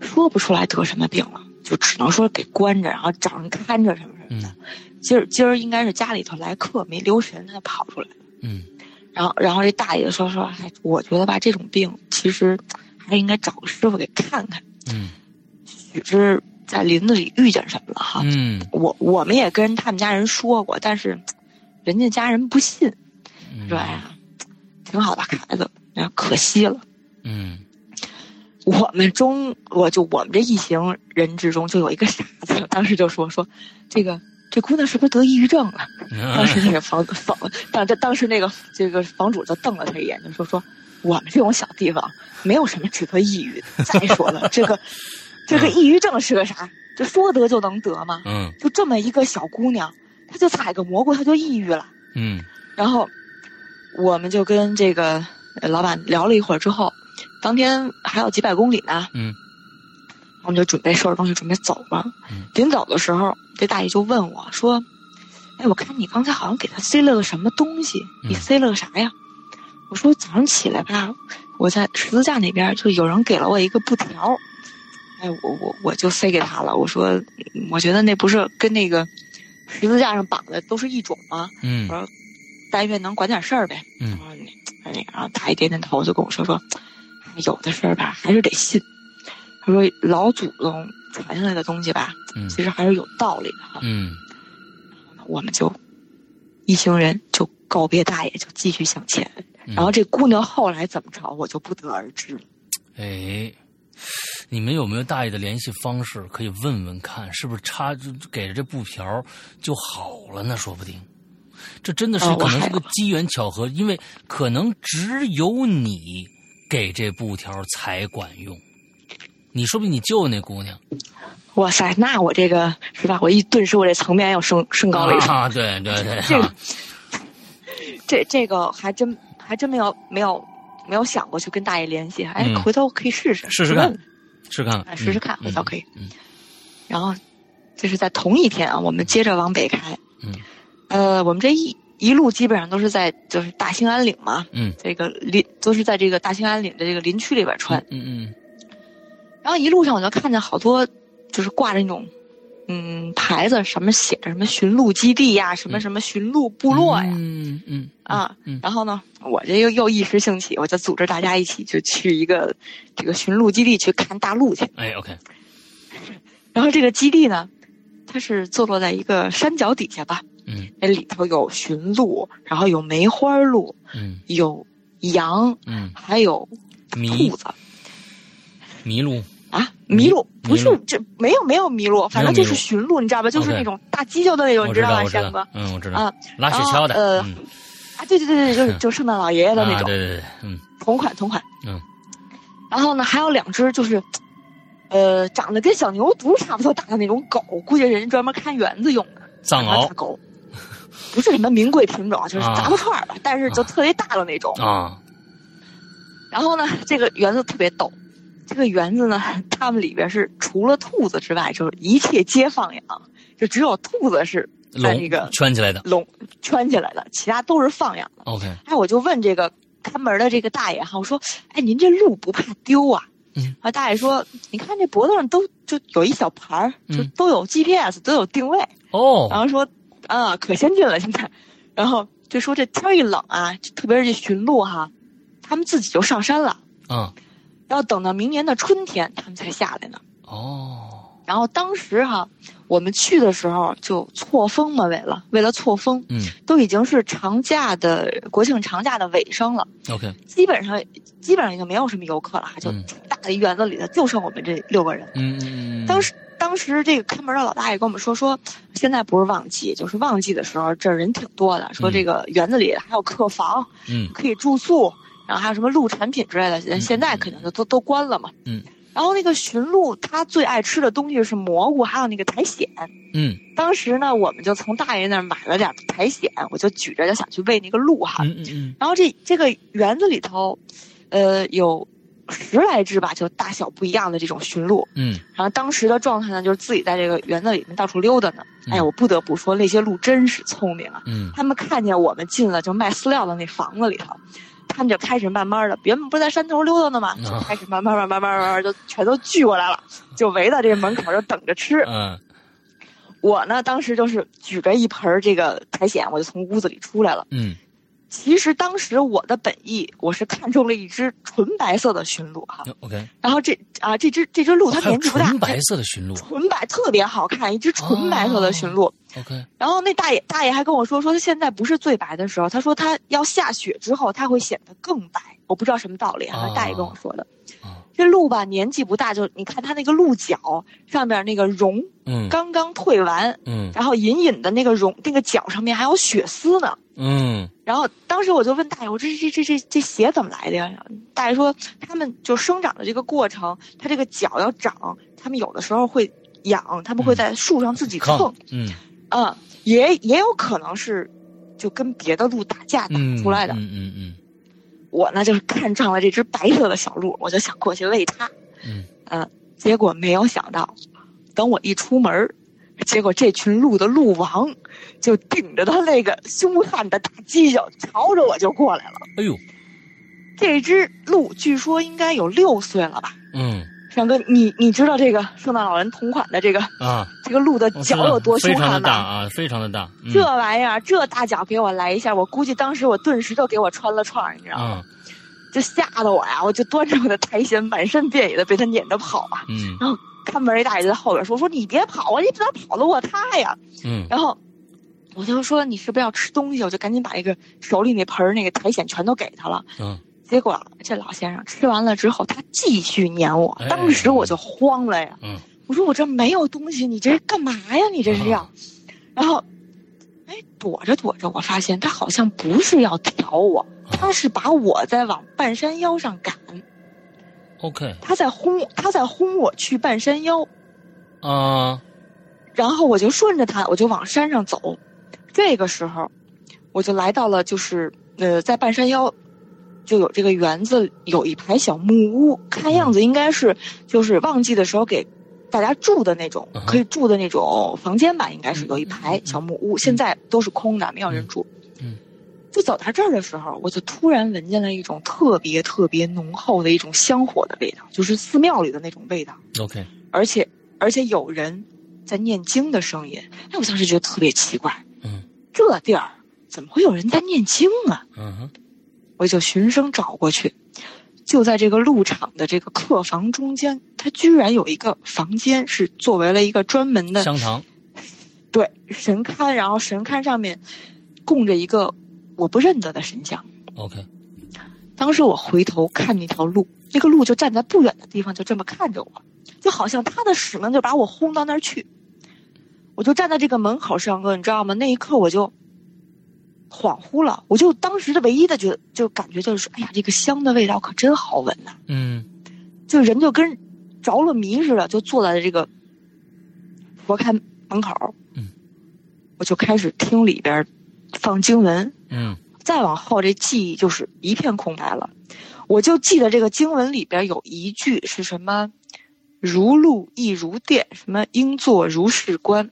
C: 说不出来得什么病了，就只能说给关着，然后找人看着什么什么的。今儿今儿应该是家里头来客没留神，他跑出来。
A: 嗯
C: 然后，然后这大爷说说，哎，我觉得吧，这种病其实还是应该找个师傅给看看。
A: 嗯
C: 许之在林子里遇见什么了哈？
A: 嗯
C: 我我们也跟他们家人说过，但是人家家人不信，
A: 嗯，
C: 说哎呀，挺好的孩子，然后可惜了。
A: 嗯
C: 我们中，我就我们这一行人之中，就有一个傻子，当时就说说，这个这姑娘是不是得抑郁症了、
A: 嗯
C: 当时那个房房当这当时那个这个房主就瞪了他一眼，就说说我们这种小地方没有什么值得抑郁的。再说了，这个这个抑郁症是个啥？这说得就能得吗？
A: 嗯
C: 就这么一个小姑娘，她就采个蘑菇，她就抑郁了。
A: 嗯
C: 然后我们就跟这个呃老板聊了一会儿之后，当天还有几百公里呢，
A: 嗯，
C: 我们就准备收拾东西准备走了。
A: 嗯
C: 临走的时候，这大爷就问我说：“哎，我看你刚才好像给他塞了个什么东西，
A: 嗯
C: 你塞了个啥呀？”我说：“早上起来吧，我在十字架那边就有人给了我一个布条，哎，我我我就塞给他了。我说，嗯我觉得那不是跟那个十字架上绑的都是一种吗？
A: 嗯
C: 但愿能管点事儿呗。
A: 嗯
C: 然后那哎那个，然后大爷点点头，就跟我说说，哎有的事儿吧，还是得信。他说老祖宗传下来的东西吧，
A: 嗯
C: 其实还是有道理的哈。
A: 嗯
C: 我们就一行人就告别大爷，就继续向前。
A: 嗯
C: 然后这姑娘后来怎么着，我就不得而知了。
A: 哎，你们有没有大爷的联系方式？可以问问看，是不是插就给了这布条儿就好了呢？说不定，这真的是
C: 哦我
A: 可能
C: 还
A: 是个机缘巧合，因为可能只有你给这布条儿才管用。你说不定你救那姑娘
C: 哇塞，那我这个是吧？我一顿时我这层面又升升高了一重。
A: 啊！ 对对对，
C: 这个
A: 啊
C: 这这个还真还真没有没有没有想过去跟大爷联系。哎，
A: 嗯
C: 回头可以试试
A: 试试
C: 问
A: 看
C: 问
A: 试看看，
C: 啊哎试试看
A: 嗯
C: 回头可以。
A: 嗯
C: 然后这是在同一天啊，我们接着往北开。
A: 嗯，
C: 呃，我们这一一路基本上都是在就是大兴安岭嘛，
A: 嗯，
C: 这个林都是在这个大兴安岭的这个林区里边穿。
A: 嗯
C: 然后一路上我就看见好多就是挂着那种嗯牌子，什么写着什么巡路基地呀，什么
A: 嗯
C: 什么巡路部落呀、
A: 嗯嗯
C: 啊。
A: 嗯
C: 然后呢，我这又又一时兴起，我就组织大家一起就去一个这个巡路基地去看大陆去。
A: 哎，OK，
C: 然后这个基地呢，它是坐落在一个山脚底下吧，
A: 嗯
C: 那里头有驯鹿，然后有梅花鹿，
A: 嗯
C: 有羊，
A: 嗯，
C: 还有
A: 麋
C: 兔子
A: 麋鹿，
C: 啊，
A: 麋
C: 麋鹿不
A: 麋
C: 是这没有没有麋鹿，反正就是驯鹿，你知道吧？就是那种大犄角的那种，
A: 我
C: 你
A: 知
C: 道吧，
A: 我知
C: 山哥
A: 道？，嗯，我知道
C: 啊，
A: 拉雪橇的，
C: 然后呃
A: 嗯
C: 啊，对对对对，就 是就是圣诞老爷爷的那
A: 啊，对
C: 种，
A: 对对，嗯
C: 同款同款。
A: 嗯。
C: 然后呢，还有两只就是，呃，长得跟小牛犊差不多大的那种狗，估计人家专门看园子用的。
A: 藏
C: 什么
A: 獒
C: 大狗，不是什么名贵品种，就是
A: 哦啊
C: 杂不串儿吧，但是就特别大的那种。
A: 啊，
C: 然后呢，这个园子特别逗，这个园子呢， 他们里边是除了兔子之外，就是一切皆放养，就只有兔子是在
A: 笼
C: 那个
A: 啊圈起来的
C: 笼圈起来的，其他都是放养的。
A: ，OK，
C: 哎，我就问这个看门的这个大爷哈，我说，哎，您这鹿不怕丢啊？
A: 嗯，
C: 啊，大爷说，你看这脖子上都就有一小牌儿，就
A: 嗯
C: 都有 GPS，、都有定位。然
A: 哦，
C: 后说啊，可先进了现在，然后就说这天一冷啊，就特别是这驯鹿哈，他们自己就上山了，
A: 嗯，
C: 然后等到明年的春天他们才下来呢。
A: 哦，
C: 然后当时哈，我们去的时候就错峰嘛，为了为了错峰，
A: 嗯
C: 都已经是长假的国庆长假的尾声了，
A: ，OK，
C: 基本上基本上已经没有什么游客了，就
A: 嗯
C: 挺大的一园子里头就剩我们这六个人。
A: 嗯嗯，嗯
C: 当时当时这个看门的老大爷跟我们说说，现在不是旺季，就是旺季的时候这儿人挺多的，说
A: 嗯
C: 这个园子里还有客房
A: 嗯
C: 可以住宿，然后还有什么鹿产品之类的，现在肯定都都都关了嘛。
A: 嗯。
C: 然后那个驯鹿，它最爱吃的东西是蘑菇，还有那个苔藓。
A: 嗯
C: 当时呢，我们就从大爷那儿买了点苔藓，我就举着就想去喂那个鹿哈。
A: 嗯嗯
C: 然后这这个园子里头，呃，有十来只吧，就大小不一样的这种驯鹿。
A: 嗯
C: 然后当时的状态呢，就是自己在这个园子里面到处溜达呢。
A: 嗯
C: 哎呀，我不得不说，那些鹿真是聪明啊！
A: 嗯
C: 他们看见我们进了就卖饲料的那房子里头，他们就开始慢慢的，原本不是在山头溜达呢吗？
A: 嗯
C: 就开始慢慢慢慢慢慢慢慢就全都聚过来了，就围到这个门口就等着吃。
A: 嗯
C: 我呢，当时就是举着一盆儿这个苔藓，我就从屋子里出来了。
A: 嗯
C: 其实当时我的本意，我是看中了一只纯白色的驯鹿哈，
A: 嗯，OK，
C: 然后这啊这只这只鹿它
A: 还有
C: 年纪不大，
A: 纯白色的驯鹿哦啊
C: 纯白特别好看，一只纯白色的驯鹿。
A: ，OK，
C: 然后那大爷大爷还跟我说，说他现在不是最白的时候，他说他要下雪之后，它会显得更白。我不知道什么道理啊，
A: 啊
C: 大爷跟我说的。
A: 啊
C: 这鹿吧，年纪不大，就你看它那个鹿角上面那个绒
A: 嗯
C: 刚刚退完，
A: 嗯
C: 然后隐隐的那个绒那个角上面还有血丝呢。
A: 嗯
C: 然后当时我就问大爷，我这这这这这血怎么来的呀？大爷说，他们就生长的这个过程，它这个脚要长，他们有的时候会痒，他们会在树上自己
A: 嗯
C: 蹭
A: 抗，，嗯
C: 嗯，也也有可能是就跟别的鹿打架打
A: 嗯
C: 出来的。
A: 嗯嗯嗯
C: 我呢就是看上了这只白色的小鹿，我就想过去喂它，
A: 嗯
C: 嗯，结果没有想到，等我一出门儿，结果这群鹿的鹿王就顶着它那个凶悍的大犄角，朝着我就过来了。
A: 哎呦，
C: 这只鹿据说应该有六岁了吧？
A: 嗯
C: 山哥，你你知道这个圣诞老人同款的这个
A: 啊，
C: 这个鹿的
A: 我知
C: 脚
A: 道
C: 有多
A: 非
C: 凶
A: 常的
C: 悍
A: 大
C: 吗？
A: 啊，非常的大，嗯
C: 这玩意儿，这大脚给我来一下，我估计当时我顿时就给我穿了串儿，你知道吗？
A: 啊
C: 就吓得我呀，我就端着我的苔藓，满身遍野的被他撵着跑啊。
A: 嗯
C: 看门儿一大爷就在后边说：“说你别跑啊，你怎么跑得过他呀
A: 嗯？”
C: 然后我就说：“你是不是要吃东西？”我就赶紧把那个手里那盆儿那个苔藓全都给他了。
A: 嗯
C: 结果这老先生吃完了之后，他继续撵我
A: 哎，
C: 当时我就慌了呀！
A: 嗯
C: 我说我这没有东西，你这是干嘛呀？你这是要？
A: 啊
C: 然后，哎，躲着躲着，我发现他好像不是要挑我，
A: 嗯
C: 他是把我在往半山腰上赶，
A: ，OK
C: 他在轰，他在轰我去半山腰，
A: 啊，
C: 然后我就顺着他，我就往山上走。这个时候，我就来到了，就是呃，在半山腰，就有这个园子，有一排小木屋，看样子应该是就是旺季的时候给大家住的那种
A: 嗯哼
C: 可以住的那种房间吧，应该是有一排小木屋，现在都是空的，没有人住。
A: 嗯，
C: 就走到这儿的时候，我就突然闻见了一种特别特别浓厚的一种香火的味道，就是寺庙里的那种味道，
A: OK，
C: 而且而且有人在念经的声音。哎，我当时觉得特别奇怪，
A: 嗯，
C: 这地儿怎么会有人在念经啊？
A: 嗯哼，
C: 我就循声找过去，就在这个路场的这个客房中间，它居然有一个房间是作为了一个专门的
A: 香堂，
C: 对神龛，然后神龛上面供着一个我不认得的神像。
A: OK，
C: 当时我回头看那条路，那个鹿就站在不远的地方，就这么看着我，就好像它的使命就把我轰到那儿去。我就站在这个门口上哥，你知道吗？那一刻我就恍惚了，我就当时的唯一的觉就感觉就是说，哎呀，这个香的味道可真好闻呐、
A: 嗯
C: 就人就跟着了迷似的，就坐在这个佛龛门口。
A: 嗯，
C: 我就开始听里边放经文，
A: 嗯
C: 再往后这记忆就是一片空白了。我就记得这个经文里边有一句是什么“如露亦如电”，什么“应作如是观”。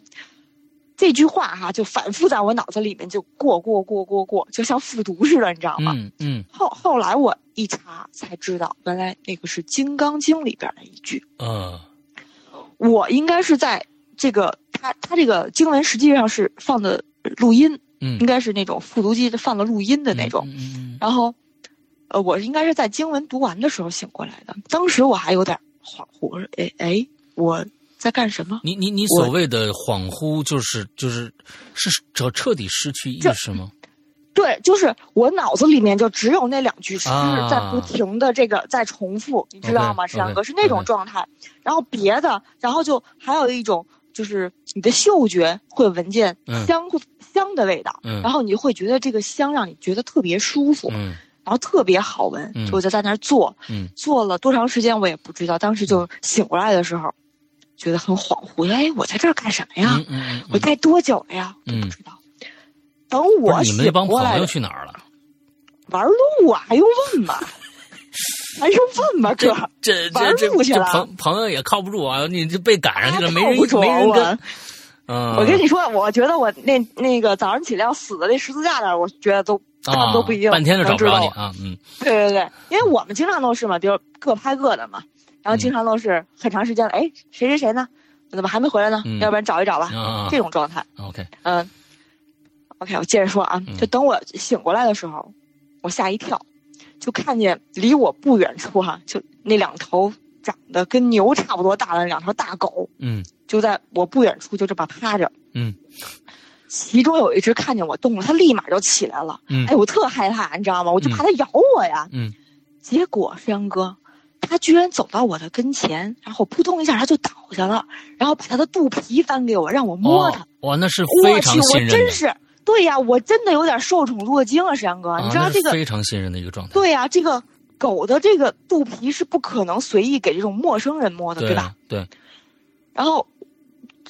C: 这句话哈、就反复在我脑子里面就过过过过过，就像复读似的，你知道吗？
A: 嗯嗯
C: 后后来我一查才知道，原来那个是《金刚经》里边的一句。
A: 呃
C: 我应该是在这个它它这个经文实际上是放的录音，
A: 嗯
C: 应该是那种复读机放的录音的那种。
A: 嗯嗯
C: 然后，呃，我应该是在经文读完的时候醒过来的。当时我还有点恍惚，我说：“哎哎，我在干什么？
A: 你你你所谓的恍惚，就是就是是彻彻底失去意识吗？
C: 对，就是我脑子里面就只有那两句诗
A: 啊
C: 在不停的这个在重复，你知道吗？
A: OK，
C: 沈阳
A: OK，
C: 哥是那种
A: OK
C: 状态，然后别的，然后就还有一种就是你的嗅觉会闻见
A: 嗯
C: 香、香的味道，
A: 嗯
C: 然后你就会觉得这个香让你觉得特别舒服，
A: 嗯
C: 然后特别好闻，
A: 嗯
C: 所以我就在那儿坐，
A: 嗯
C: 坐了多长时间我也不知道，当时就醒过来的时候，觉得很恍惚，哎，我在这儿干什么呀？
A: 嗯嗯
C: 我待多久了呀？
A: 嗯
C: 不知道。等
A: 不
C: 我
A: 是你们那
C: 醒
A: 帮
C: 过
A: 朋
C: 来
A: 友
C: 的
A: 去哪儿了？
C: 玩路啊，还用问吗？还用问吗，哥？
A: 这
C: 玩
A: 这这
C: 出去
A: 这
C: 了
A: 朋朋友也靠不住啊！你这被赶上去了，
C: 啊
A: 没人
C: 靠不住
A: 没人跟
C: 我。
A: 嗯，
C: 我跟你说，我觉得我那那个早上起来要死的那十字架那儿，我觉得都他
A: 啊
C: 们都不一定
A: 半天都找不
C: 能知
A: 着
C: 道
A: 你
C: 我
A: 啊！嗯
C: 对对对，因为我们经常都是嘛，比如各拍各的嘛，然后经常都是很长时间了，哎，谁谁谁呢？怎么还没回来呢？
A: 嗯
C: 要不然找一找吧，
A: 啊
C: 这种状态。
A: ，OK，
C: 嗯，OK，我接着说啊
A: 嗯，
C: 就等我醒过来的时候，我吓一跳，就看见离我不远处哈、就那两头长得跟牛差不多大的两条大狗，
A: 嗯
C: 就在我不远处就这么趴着。
A: 嗯，
C: 其中有一只看见我动了，它立马就起来了。
A: 嗯
C: 哎，我特害怕，你知道吗？我就怕它咬我呀。
A: 嗯
C: 结果山哥，他居然走到我的跟前，然后扑通一下他就倒下了，然后把他的肚皮翻给我，让我摸他。
A: 哦哇，那是非
C: 我
A: 常
C: 去，我
A: 信任
C: 真
A: 的，
C: 是对呀，我真的有点受宠若惊啊，沈阳哥，
A: 啊
C: 你知道
A: 那是
C: 这个
A: 非常信任的一个状态，
C: 对呀，这个狗的这个肚皮是不可能随意给这种陌生人摸的，对吧？？
A: 对，
C: 然后，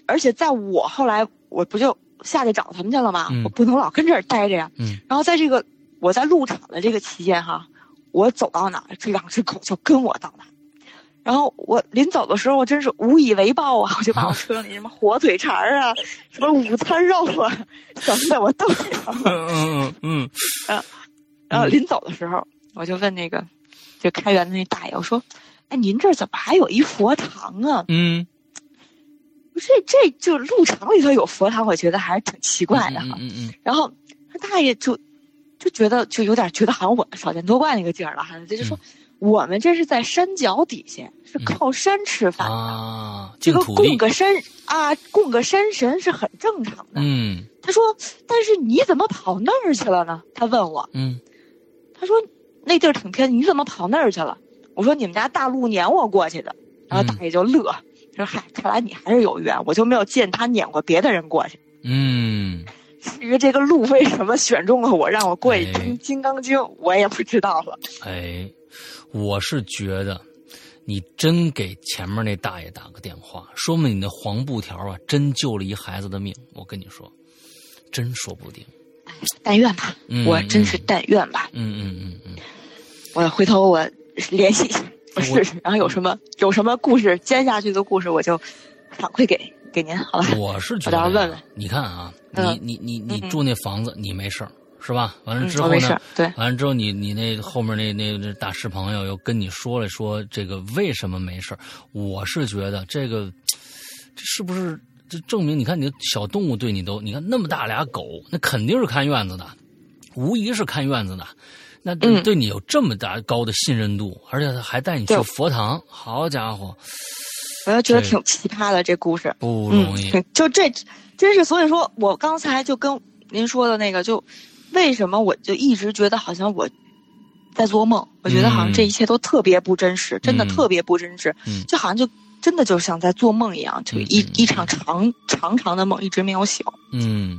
C: 而且在我后来我不就下去找他们去了吗？
A: 嗯
C: 我不能老跟这儿待着呀。
A: 嗯
C: 然后在这个我在入场的这个期间哈，我走到哪儿，这两只狗就跟我到哪儿。然后我临走的时候，我真是无以为报啊！我就把我车里什么火腿肠儿啊、什么午餐肉啊什么的，我都给它们
A: 嗯嗯嗯
C: 然后临走的时候，我就问那个就开园的那大爷，我说：“哎，您这儿怎么还有一佛堂啊？
A: 嗯，
C: 不是，这就路场里头有佛堂，我觉得还是挺奇怪的哈。
A: 嗯嗯
C: 然后他大爷就就觉得就有点觉得好像我少见多怪那个劲儿了哈，他就说、我们这是在山脚底下，是靠山吃
A: 嗯嗯
C: 饭，
A: 啊，
C: 这
A: 净
C: 个
A: 土地
C: 供，个山啊，供个山神是很正常的。
A: 嗯
C: 他说，但是你怎么跑那儿去了呢？他问我，
A: 嗯
C: 他说那地儿挺偏，你怎么跑那儿去了？我说你们家大路撵我过去的，然
A: 嗯
C: 后大爷就乐，说嗨，看来你还是有缘，我就没有见他撵过别的人过去。
A: 嗯，
C: 至于这个路为什么选中了我，让我过去听
A: 哎
C: 《金刚经》，我也不知道了。
A: 哎，我是觉得。你真给前面那大爷打个电话，说明你那黄布条啊，真救了一孩子的命。我跟你说，真说不定。
C: 但愿吧，
A: 嗯
C: 我真是但愿吧。
A: 嗯嗯嗯嗯，
C: 我回头我联系一下。我试试。然后有什么有什么故事编下去的故事，我就反馈给给您好了。
A: 我是觉
C: 我到时
A: 得，
C: 候问问
A: 你看啊，
C: 嗯
A: 你你你你
C: 嗯嗯
A: 住那房子，你没事儿是吧？完了
C: 嗯
A: 之，
C: 我
A: 后
C: 没事
A: 呢
C: 儿，，对，
A: 完了之后你你那后面那那那大师朋友又跟你说了说这个为什么没事儿我是觉得这个这是不是这证明？你看你的小动物对你都，你看那么大俩狗，那肯定是看院子的，无疑是看院子的。那对
C: 嗯
A: 对你有这么大高的信任度，而且他还带你去
C: 对
A: 佛堂，好家伙，
C: 我就觉得
A: 这
C: 挺奇葩的这故事。
A: 不
C: 嗯
A: 容易。，
C: 挺就这，真是所以说我刚才就跟您说的那个，就为什么我就一直觉得好像我在做梦，我觉得好像这一切都特别不真实，真的
A: 嗯
C: 特别不真实，
A: 嗯
C: 就好像就真的就像在做梦一样，就
A: 嗯
C: 一、
A: 嗯嗯
C: 一场长长长的梦一直没有醒，
A: 嗯，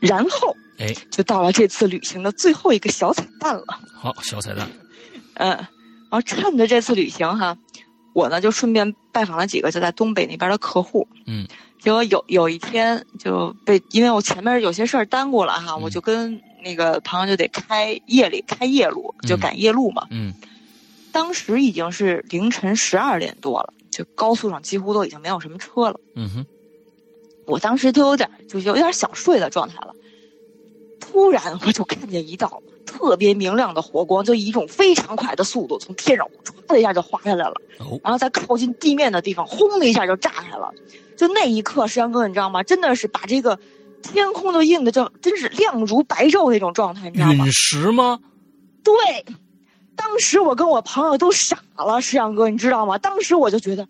C: 然后
A: 哎，
C: 就到了这次旅行的最后一个小彩蛋了。
A: 好，小彩蛋，
C: 嗯，然后趁着这次旅行哈，我呢就顺便拜访了几个就在东北那边的客户。
A: 嗯，
C: 结果有有一天就被，因为我前面有些事儿耽误了哈，
A: 嗯
C: 我就跟那个朋友就得开夜里开夜路，就赶夜路嘛。
A: 嗯
C: 当时已经是凌晨十二点多了，就高速上几乎都已经没有什么车了。
A: 嗯哼，
C: 我当时都有点就是有点想睡的状态了。突然我就看见一道特别明亮的火光，就以一种非常快的速度从天上唰的一下就滑下来了，
A: 哦，
C: 然后在靠近地面的地方轰的一下就炸开了。就那一刻，山哥你知道吗？真的是把这个天空都映的就真是亮如白昼那种状态，你知道吗
A: 陨？石吗？
C: 对，当时我跟我朋友都傻了，石阳哥，你知道吗？当时我就觉得，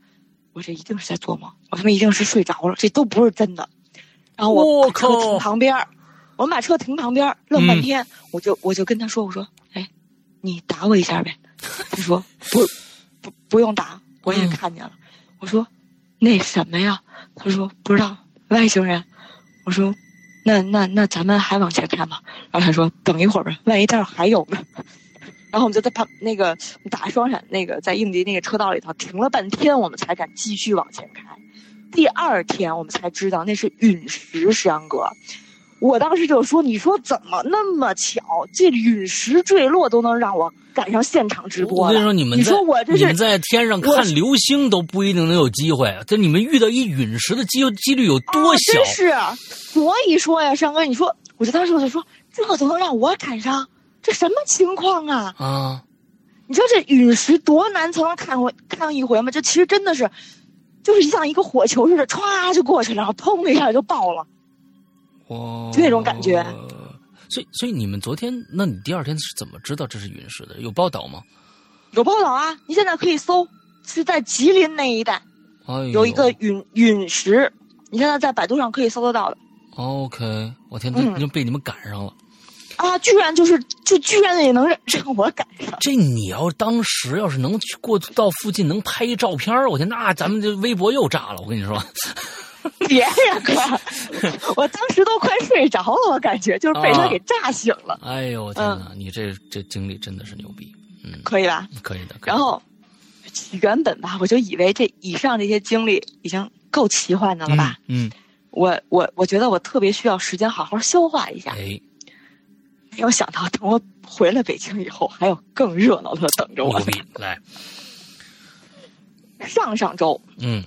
C: 我这一定是在做梦，我他妈一定是睡着了，这都不是真的。然后我
A: 我
C: 把车停
A: 靠
C: 旁边儿，我把车停旁边儿，愣半
A: 嗯
C: 天，我就我就跟他说，我说，哎，你打我一下呗。他说不不不用打，我也
A: 嗯
C: 看见了。我说那什么呀？他说不知道，外星人。我说那那那咱们还往前看吧。然后他说等一会儿吧，万一待会儿还有呢。然后我们就在旁那个打双闪那个在应急那个车道里头停了半天，我们才敢继续往前开。第二天我们才知道那是陨石，石阳哥。我当时就说：“你说怎么那么巧，这陨石坠落都能让我赶上现场直播
A: 我
C: 了？
A: 跟你说，你们在
C: 你说我这
A: 你
C: 是
A: 们在天上
C: 我
A: 看流星都不一定能有机会，这你们遇到一陨石的机几率有多小？
C: 啊、真是啊，所以说呀，山哥，你说，我就当时我就说，这都能让我赶上，这什么情况啊？
A: 啊，
C: 你知道这陨石多难才能看回看一回吗？这其实真的是，就是像一个火球似的，歘就过去了，然后砰的一下就爆了。
A: 我
C: 就那种感觉。
A: 所以，所以你们昨天，那你第二天是怎么知道这是陨石的？有报道吗？
C: 有报道啊，你现在可以搜，是在吉林那一带
A: 哎呦、
C: 有一个陨陨石，你现在在百度上可以搜得到的。
A: OK，我天，
C: 嗯
A: 已经被你们赶上了。
C: 啊，居然就是就居然也能让让我赶上，
A: 这你要当时要是能去过到附近能拍一照片儿，我天，那咱们这微博又炸了。我跟你说，
C: 别人哥，我当时都快睡着了，我感觉就是被他给炸醒了，
A: 哎呦我天
C: 嗯
A: 哪，你这这经历真的是牛逼，嗯，
C: 可以吧？
A: 可以的。可以的
C: 然后原本吧，我就以为这以上这些经历已经够奇幻的了吧？？
A: 嗯，嗯
C: 我我我觉得我特别需要时间好好消化一下。
A: 哎，
C: 没有想到，等我回了北京以后，还有更热闹的等着
A: 牛
C: 我。
A: 逼，来，
C: 上上周，
A: 嗯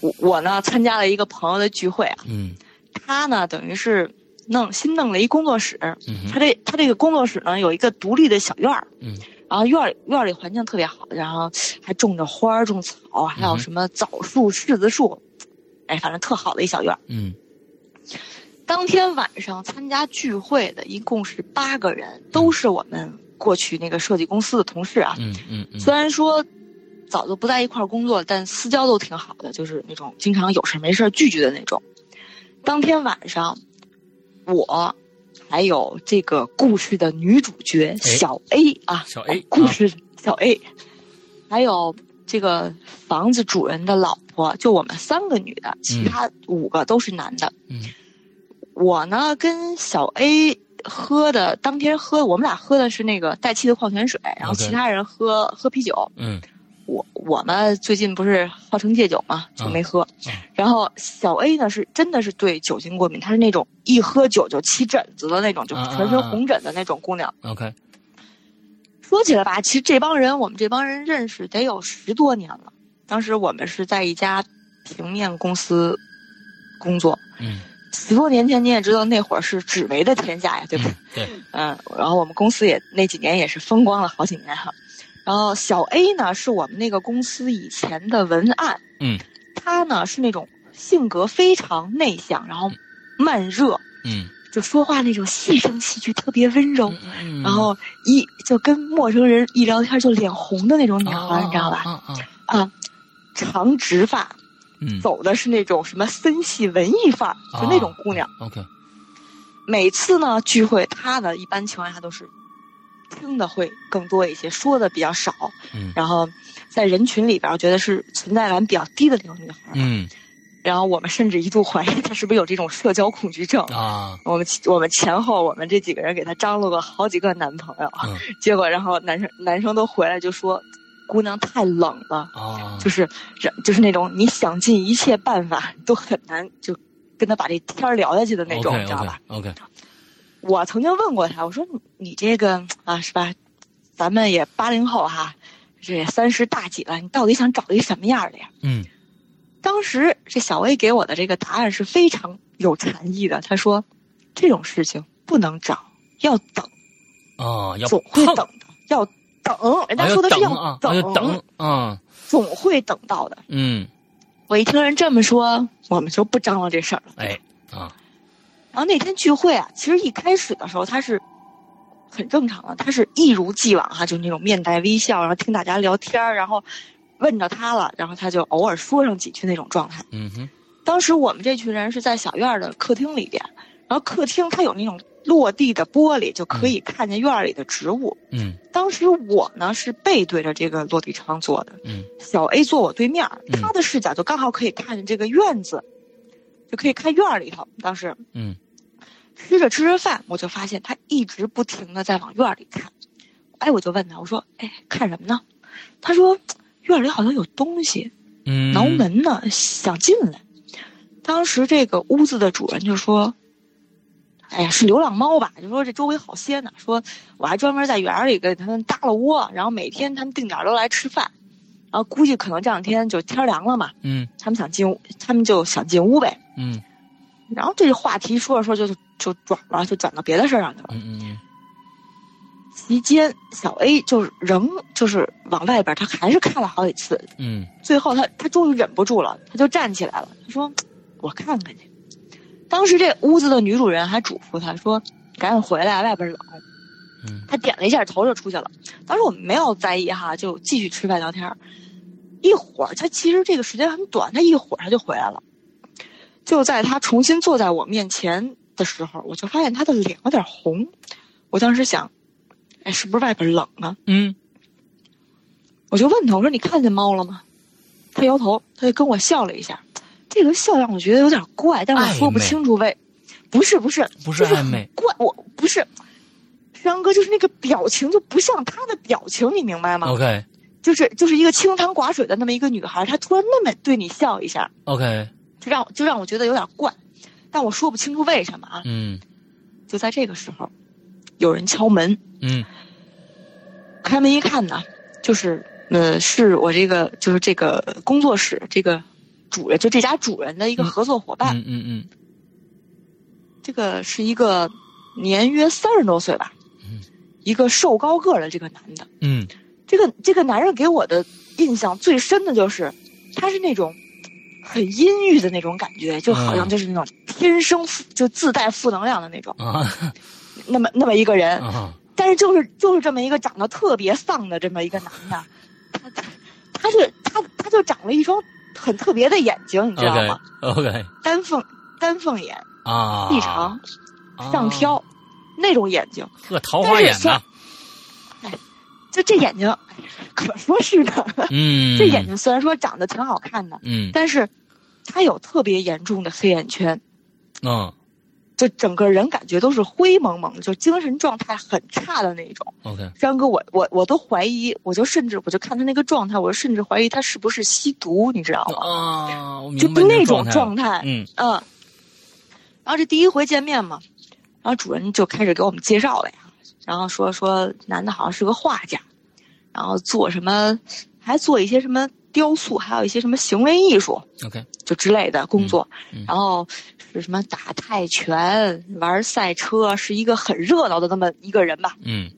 C: 我我呢参加了一个朋友的聚会啊，
A: 嗯
C: 他呢等于是弄新弄了一工作室，
A: 嗯哼
C: 他这他这个工作室呢有一个独立的小院儿，
A: 嗯，
C: 然后院儿院儿里环境特别好，然后还种着花儿、种草，还
A: 嗯
C: 有
A: 哼
C: 什么枣树、柿子树，哎，反正特好的一小院儿。
A: 嗯
C: 当天晚上参加聚会的一共是八个人，都是我们过去那个设计公司的同事啊。
A: 嗯嗯嗯，
C: 虽然说早就不在一块儿工作，但私交都挺好的，就是那种经常有事儿没事儿聚聚的那种。当天晚上，我还有这个故事的女主角小 A
A: 哎
C: 啊，
A: 小 A，
C: 故事小 A，还啊有这个房子主人的老婆，就我们三个女的，其他五个都是男的。
A: 嗯
C: 我呢跟小 A 喝的，当天喝我们俩喝的是那个带气的矿泉水，然后
A: OK
C: 其他人喝喝啤酒。
A: 嗯
C: 我我们最近不是号称戒酒嘛，就没喝。
A: 嗯
C: 然后小 A 呢是真的是对酒精过敏，她是那种一喝酒就起疹子的那种，就
A: 啊啊啊
C: 全身红疹的那种姑娘。
A: ，OK，
C: 说说起来吧，其实这帮人，我们这帮人认识得有十多年了。当时我们是在一家平面公司工作，
A: 嗯
C: 十多年前你也知道，那会儿是纸媒的天下呀，对吧？
A: 嗯对，
C: 嗯，然后我们公司也那几年也是风光了好几年哈。然后小 A 呢，是我们那个公司以前的文案，
A: 嗯，
C: 他呢是那种性格非常内向，然后慢热，
A: 嗯，
C: 就说话那种细声细语，特别温柔。
A: 嗯
C: 然后一就跟陌生人一聊天就脸红的那种女孩，你知道吧？
A: 啊啊，啊
C: 长直发，
A: 嗯
C: 走的是那种什么森系文艺范儿，就那种姑娘。
A: ，OK，
C: 每次呢聚会，她呢一般情况下都是听的会更多一些，说的比较少。
A: 嗯
C: 然后在人群里边，我觉得是存在感比较低的那种女孩。
A: 嗯
C: 然后我们甚至一度怀疑她是不是有这种社交恐惧症。
A: 啊，
C: 我们我们前后我们这几个人给她张罗过好几个男朋友，
A: 嗯
C: 结果然后男生男生都回来就说，姑娘太冷了，
A: 啊，
C: 就是人就是那种你想尽一切办法都很难就跟她把这天儿聊下去的那种，你知道吧？
A: ？OK，
C: 我曾经问过他，我说你你这个啊是吧？咱们也八零后哈、这也三十大几了，你到底想找一什么样的呀？
A: 嗯
C: 当时这小薇给我的这个答案是非常有禅意的，她说这种事情不能找，要等，
A: 啊，要
C: 总会等的，要等。人家
A: 啊
C: 说的是
A: 等啊，啊要等啊，
C: 总会等到的。
A: 嗯，
C: 我一听人这么说，我们就不张罗这事儿了。
A: 哎啊，
C: 然后那天聚会啊，其实一开始的时候他是很正常的，他是一如既往哈、就那种面带微笑，然后听大家聊天儿，然后问着他了，然后他就偶尔说上几句那种状态。
A: 嗯哼，
C: 当时我们这群人是在小院儿的客厅里边，然后客厅它有那种落地的玻璃，就可以看见院儿里的植物。
A: 嗯
C: 当时我呢是背对着这个落地窗坐的，
A: 嗯
C: 小 A 坐我对面儿，
A: 嗯
C: 他的视角就刚好可以看见这个院子，就可以看院儿里头。当时
A: 嗯
C: 吃着吃着饭，我就发现他一直不停的在往院儿里看。哎，我就问他，我说：“哎，看什么呢？”他说：“院儿里好像有东西，
A: 嗯，
C: 挠门呢，想进来。”当时这个屋子的主人就说：“哎呀，是流浪猫吧？”就说这周围好些呢，说我还专门在园儿里给他们搭了窝，然后每天他们定点儿都来吃饭，然后估计可能这两天就天儿凉了嘛，
A: 嗯
C: 他们想进屋，他们就想进屋呗。
A: 嗯
C: 然后这话题说着说着就就转了，就转到别的事儿上去了。
A: 嗯嗯
C: 期间，小 A 就是仍就是往外边，他还是看了好几次。
A: 嗯
C: 最后他他终于忍不住了，他就站起来了，他说：“我看看去。”当时这屋子的女主人还嘱咐他说：“赶紧回来，外边冷。”
A: 嗯
C: 他点了一下头就出去了。当时我们没有在意哈，就继续吃饭聊天儿。一会儿，他其实这个时间很短，他一会儿他就回来了。就在他重新坐在我面前的时候，我就发现他的脸有点红。我当时想，哎，是不是外边冷啊？
A: 嗯
C: 我就问他，我说你看见猫了吗？他摇头，他就跟我笑了一下。这个笑让我觉得有点怪，但我说不清楚为，不是不是
A: 不是暧昧
C: 怪，我不是。山哥就是那个表情就不像他的表情，你明白吗？
A: ，OK
C: 就是就是一个清汤寡水的那么一个女孩，她突然那么对你笑一下，
A: OK，
C: 就让就让我觉得有点怪，但我说不清楚为什么啊。
A: 嗯
C: 就在这个时候，有人敲门，
A: 嗯
C: 开门一看呢，就是呃，是我这个就是这个工作室这个主人，就这家主人的一个合作伙伴，
A: 嗯嗯
C: 这个是一个年约三十多岁吧，
A: 嗯
C: 一个瘦高个儿的这个男的。
A: 嗯
C: 这个这个男人给我的印象最深的就是，他是那种很阴郁的那种感觉，就好像
A: 嗯
C: 就是那种天生负就自带负能量的那种，
A: 啊
C: 那么那么一个人。
A: 啊
C: 但是就是就是这么一个长得特别丧的这么一个男的，他他他是他他就长了一双很特别的眼睛，你知道
A: ，OK
C: 吗？
A: OK
C: 丹凤丹凤眼，
A: 啊，哦
C: 细长，上挑，那种眼睛，
A: 呵，啊桃花眼呐，
C: 就这眼睛，可说是呢。
A: 嗯，
C: 这眼睛虽然说长得挺好看的，
A: 嗯
C: 但是他有特别严重的黑眼圈，
A: 嗯
C: 就整个人感觉都是灰蒙蒙，就精神状态很差的那种。
A: ，OK，
C: 张哥，我我我都怀疑，我就甚至我就看他那个状态，我甚至怀疑他是不是吸毒，你知道吗？
A: 啊，我
C: 哦就
A: 明白
C: 就那种
A: 状
C: 状，态，
A: 嗯
C: 嗯。然后这第一回见面嘛，然后主人就开始给我们介绍了呀，然后说说男的好像是个画家，然后做什么，还做一些什么雕塑，还有一些什么行为艺术，
A: 嗯 OK，
C: 就之类的工作，
A: 嗯嗯
C: 然后是什么打泰拳、玩赛车，是一个很热闹的那么一个人吧。
A: 嗯，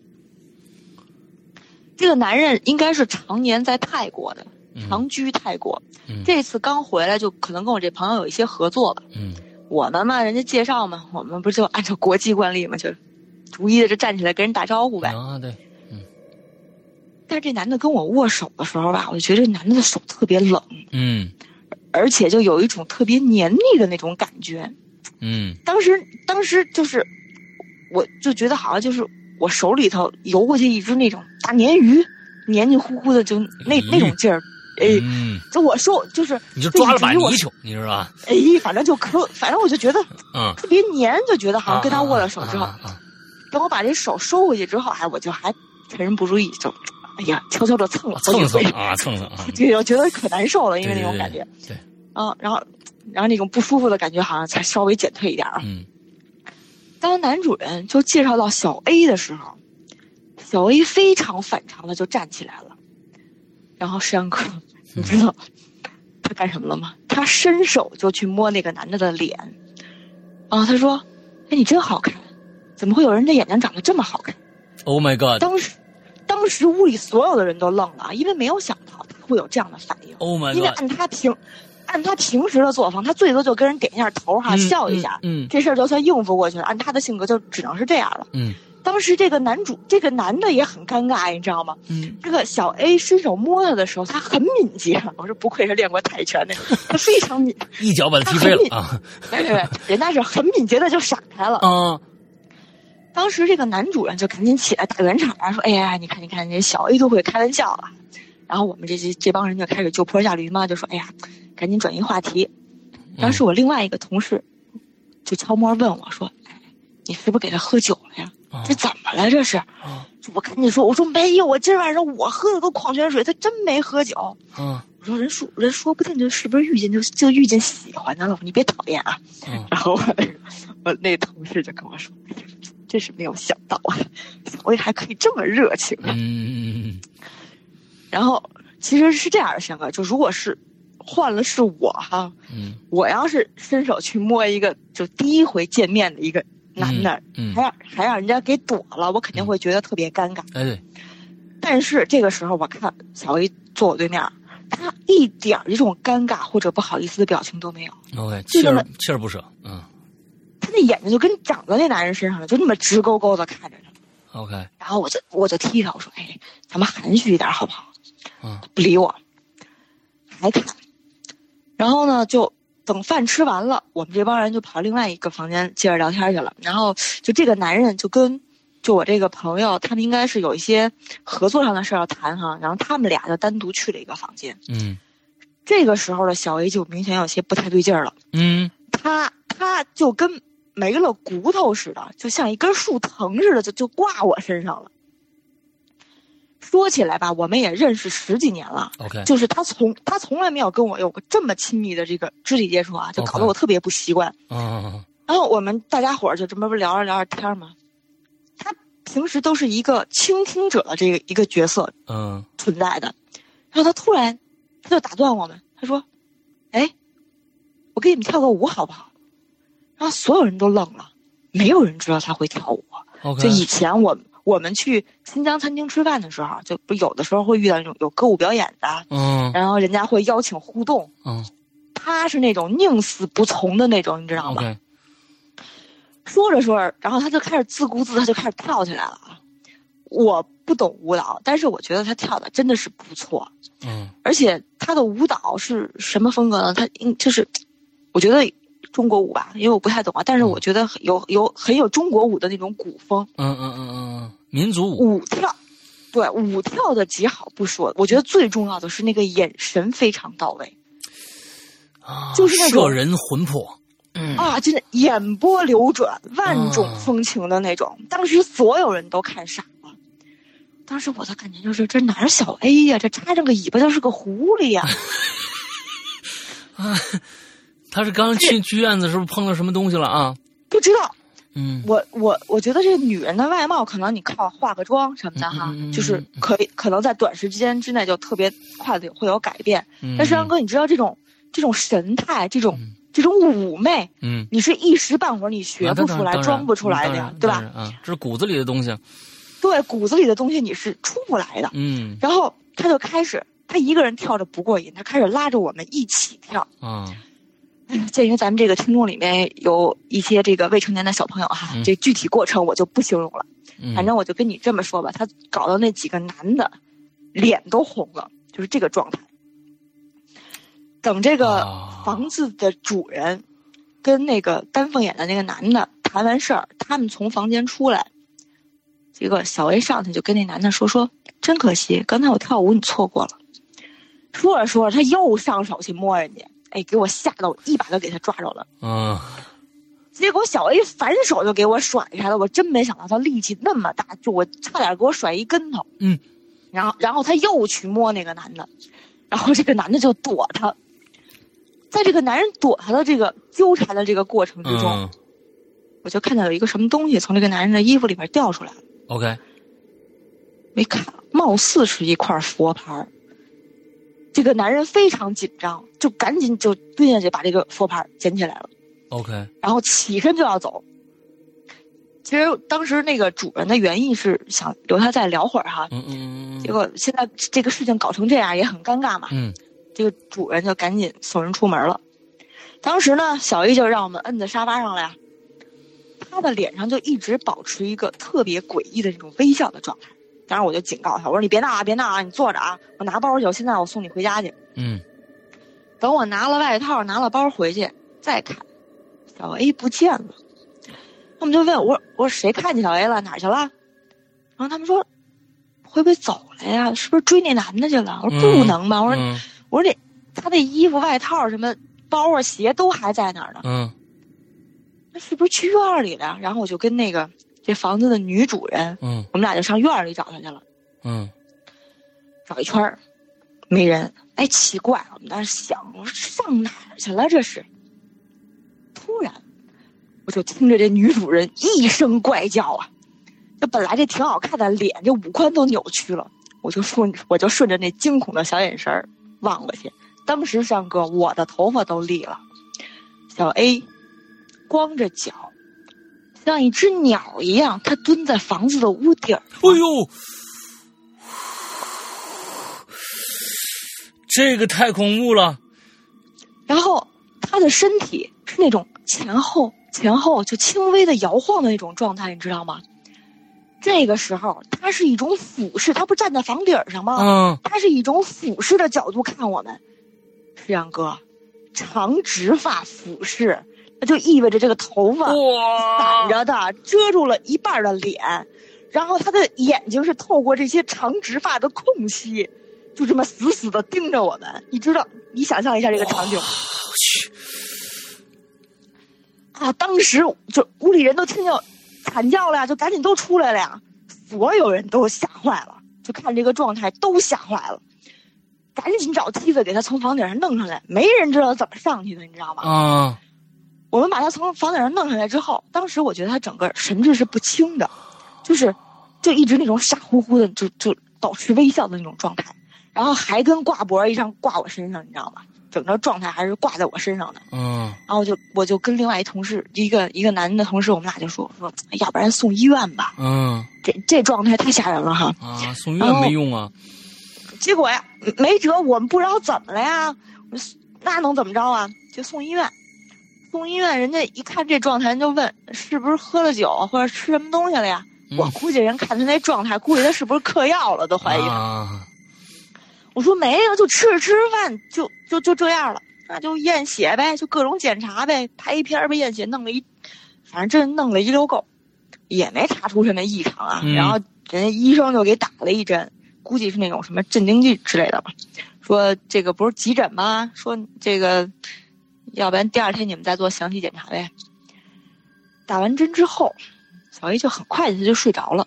C: 这个男人应该是常年在泰国的，
A: 嗯
C: 常居泰国。
A: 嗯
C: 这次刚回来，就可能跟我这朋友有一些合作吧。
A: 嗯
C: 我们嘛，人家介绍嘛，我们不就按照国际惯例嘛，就逐一的就站起来跟人打招呼呗。
A: 啊，对，
C: 但是这男的跟我握手的时候吧，我就觉得这男的的手特别冷，
A: 嗯
C: 而且就有一种特别黏腻的那种感觉。
A: 嗯
C: 当时当时就是，我就觉得好像就是我手里头游过去一只那种大鲶鱼，黏黏糊糊的，就那
A: 嗯
C: 那种劲儿。哎，
A: 嗯，
C: 就我说就是，
A: 你就抓了把
C: 这一鱼
A: 泥鳅，你知道吧？
C: 哎，反正就可，反正我就觉得
A: 嗯，
C: 特别黏，就觉得好像跟他握了手之后，
A: 啊啊啊
C: 等我把这手收回去之后，哎，我就还趁人不注意就，哎呀，悄悄的蹭了
A: 啊
C: 好几
A: 蹭蹭
C: 回，
A: 啊，蹭蹭啊，
C: 对，我觉得可难受了，因为那种
A: 对对
C: 感觉，
A: 对对
C: 嗯，然后然后那种不舒服的感觉好像才稍微减退一点啊。
A: 嗯
C: 当男主人就介绍到小 A 的时候，小 A 非常反常的就站起来了，然后山哥，你知道
A: 嗯
C: 他干什么了吗？他伸手就去摸那个男的的脸，啊，他说：“哎，你真好看，怎么会有人的眼睛长得这么好看
A: ，Oh my？” God，Oh
C: 当时，当时屋里所有的人都愣了啊，因为没有想到他会有这样的反应，
A: my
C: 因为
A: God，
C: 按他平，按他平时的作风，他最多就跟人点一下头哈、
A: 嗯
C: 笑一下，，
A: 嗯
C: 这事儿就算应付过去了。按他的性格，就只能是这样了。
A: 嗯
C: 当时这个男主，这个男的也很尴尬，你知道吗？
A: 嗯
C: 这个小 A 伸手摸他的时候，他很敏捷。我说不愧是练过泰拳的，他非常敏，
A: 嗯，一脚把他踢飞了啊
C: 对对对，人家是很敏捷的就闪开了。
A: 啊，
C: 当时这个男主人就赶紧起来打圆场啊，说：“哎呀，你看你看，这小 A 都会开玩笑了。”然后我们这些这帮人就开始就坡下驴嘛，就说：“哎呀，赶紧转移话题。”当时我另外一个同事就悄摸问我说：“哎，你是不是给他喝酒了呀？”
A: 啊
C: 这怎么了？这是
A: 啊
C: 我跟你说，我说没有，我今晚上我喝的都矿泉水，他真没喝酒。
A: 啊
C: 我说人说人说不定就是不是遇见就就遇见喜欢的了，你别讨厌啊。
A: 啊
C: 然后我我那同事就跟我说，哎呀真是没有想到啊，我也还可以这么热情啊。
A: 嗯
C: 然后其实是这样的，山哥，就如果是换了是我哈，
A: 嗯
C: 我要是伸手去摸一个就第一回见面的一个男的，
A: 嗯，
C: 还让还让人家给躲了，我肯定会觉得特别尴尬。
A: 哎对，
C: 但是这个时候，我看小 A 坐我对面儿，他一点儿这种尴尬或者不好意思的表情都没有，
A: ，OK，锲而锲而不舍，嗯
C: 他那眼睛就跟长在那男人身上了，就那么直勾勾的看着他。
A: ，OK，
C: 然后我就我就踢他，我说：“哎，咱们含蓄一点好不好
A: 啊？”
C: 不理我，还看。然后呢，就等饭吃完了，我们这帮人就跑另外一个房间接着聊天去了。然后就这个男人就跟就我这个朋友，他们应该是有一些合作上的事儿要谈哈。然后他们俩就单独去了一个房间。
A: 嗯
C: 这个时候的小 A 就明显有些不太对劲儿了，
A: 嗯
C: 他他就跟没了骨头似的，就像一根树藤似的，就就挂我身上了。说起来吧，我们也认识十几年了，
A: ，OK，
C: 就是他从他从来没有跟我有过这么亲密的这个肢体接触啊，就搞
A: OK
C: 得我特别不习惯。
A: 啊
C: 然后我们大家伙儿就这么不聊着聊着天儿嘛，他平时都是一个倾听者的这个一个角色，
A: 嗯
C: 存在的。然后他突然，他就打断我们，他说：“哎，我给你们跳个舞好不好？”然后所有人都愣了，没有人知道他会跳舞。
A: ，OK，
C: 就以前我我们去新疆餐厅吃饭的时候，就不有的时候会遇到那种有歌舞表演的，
A: 嗯
C: 然后人家会邀请互动。
A: 嗯
C: 他是那种宁死不从的那种，你知道吗？
A: ，OK，
C: 说着说着，然后他就开始自顾自，他就开始跳起来了啊！我不懂舞蹈，但是我觉得他跳的真的是不错。
A: 嗯
C: 而且他的舞蹈是什么风格呢？他应就是，我觉得中国舞吧，因为我不太懂啊，但是我觉得很有有很有中国舞的那种古风
A: 嗯嗯嗯嗯，民族舞，
C: 舞跳，对舞跳的极好不说，我觉得最重要的是那个眼神非常到位
A: 啊，
C: 就是那种
A: 摄人魂魄。嗯
C: 啊，真的眼波流转，万种风情的那种。当时所有人都看傻了。当时我的感觉就是，这哪是小 A 呀、这扎着个尾巴就是个狐狸呀、
A: 他是刚去去院子，是不是碰到什么东西了啊？
C: 不知道。
A: 嗯，
C: 我我我觉得这女人的外貌，可能你靠化个妆什么的哈，
A: 嗯嗯嗯嗯
C: 就是可以可能在短时间之内就特别快的会有改变。
A: 嗯
C: 但是杨，哥，你知道这种这种神态，这种、
A: 嗯
C: 这种妩媚，
A: 嗯，
C: 你是一时半会儿你学
A: 啊当
C: 不
A: 然
C: 出来、
A: 当然
C: 装不出来的呀
A: 当，然
C: 对
A: 当
C: 吧？
A: 然啊，这是骨子里的东西啊。
C: 对，骨子里的东西你是出不来的。
A: 嗯
C: 然后他就开始，他一个人跳着不过瘾，他开始拉着我们一起跳。
A: 啊，
C: 鉴于咱们这个听众里面有一些这个未成年的小朋友哈，
A: 嗯
C: 这具体过程我就不形容了，
A: 嗯
C: 反正我就跟你这么说吧，他搞到那几个男的，脸都红了，就是这个状态。等这个
A: 啊
C: 房子的主人跟那个丹凤眼的那个男的谈完事儿，他们从房间出来，结果小 A 上去就跟那男的说说，真可惜，刚才我跳舞你错过了。说着说着，他又上手去摸人家，哎，给我吓得我一把就给他抓着了。
A: 啊，
C: 结果小 A 反手就给我甩开了，我真没想到他力气那么大，就我差点给我甩一跟头。
A: 嗯，
C: 然后然后他又去摸那个男的，然后这个男的就躲他。在这个男人躲他的这个纠缠的这个过程之中，
A: 嗯
C: 我就看到有一个什么东西从这个男人的衣服里边掉出来了，
A: ，OK，
C: 没看，貌似是一块佛牌儿。这个男人非常紧张，就赶紧就蹲下去把这个佛牌儿捡起来了。
A: OK，
C: 然后起身就要走。其实当时那个主人的原意是想留他再聊会儿哈，
A: 嗯嗯嗯
C: 结果现在这个事情搞成这样也很尴尬嘛。
A: 嗯
C: 这个主人就赶紧送人出门了。当时呢，小 A 就让我们摁在沙发上了呀。他的脸上就一直保持一个特别诡异的这种微笑的状态。当时我就警告他，我说你别闹啊，别闹啊，你坐着啊，我拿包去，我现在我送你回家去。
A: 嗯
C: 等我拿了外套、拿了包回去再看，小 A 不见了。他们就问我，我说谁看见小 A 了？哪儿去了？然后他们说，会不会走了呀？是不是追那男的去了？我说
A: 嗯
C: 不能吧，我说
A: 嗯
C: 我说这他那衣服、外套、什么包啊、鞋都还在那儿呢，
A: 嗯
C: 那是不是去院儿里了？然后我就跟那个这房子的女主人，
A: 嗯
C: 我们俩就上院儿里找他去了。
A: 嗯
C: 找一圈儿，没人。哎，奇怪，我们当时想，我说上哪儿去了？这是。突然，我就听着这女主人一声怪叫啊！这本来这挺好看的脸，这五官都扭曲了。我就顺我就顺着那惊恐的小眼神儿望过去，当时上哥我的头发都立了，小 A 光着脚，像一只鸟一样，它蹲在房子的屋顶儿。
A: 哎呦，这个太恐怖了。
C: 然后他的身体是那种前后前后就轻微的摇晃的那种状态，你知道吗？这个时候，他是一种俯视，他不站在房顶上吗？
A: 嗯
C: 他是一种俯视的角度看我们。是阳哥，长直发俯视，那就意味着这个头
A: 哦嗯
C: 发散
A: 哇，
C: 着的，啊遮住了一半的脸，然后他的眼睛是透过这些长直发的空隙，就这么死死的盯着我们。你知道，你想象一下这个场景。
A: 我去，
C: 啊！当时就屋里人都听见惨叫了呀，就赶紧都出来了呀，所有人都吓坏了，就看这个状态都吓坏了，赶紧找梯子给他从房顶上弄上来，没人知道怎么上去的，你知道吗？
A: 啊
C: 我们把他从房顶上弄上来之后，当时我觉得他整个神志是不清的，就是就一直那种傻乎乎的，就就保持微笑的那种状态，然后还跟挂脖一样挂我身上，你知道吗？整个状态还是挂在我身上的。
A: 嗯
C: 然后我就我就跟另外一同事，一个一个男的同事，我们俩就说说，哎要不然送医院吧，
A: 嗯
C: 这这状态太吓人了哈。
A: 啊，送医院没用啊。
C: 结果呀，没辙，我们不知道怎么了呀，我说那能怎么着啊？就送医院，送医院，人家一看这状态，人就问是不是喝了酒或者吃什么东西了呀？
A: 嗯
C: 我估计人看他那状态，估计他是不是嗑药了，都怀疑他。
A: 啊，
C: 我说没有，就吃着吃着饭，就就就这样了，那就验血呗，就各种检查呗，拍一片儿呗，验血弄了一，反正真弄了一溜够，也没查出什么异常啊。
A: 嗯
C: 然后人家医生就给打了一针，估计是那种什么镇定剂之类的吧，说这个不是急诊吗？说这个，要不然第二天你们再做详细检查呗。打完针之后，小 A 就很快他就睡着了。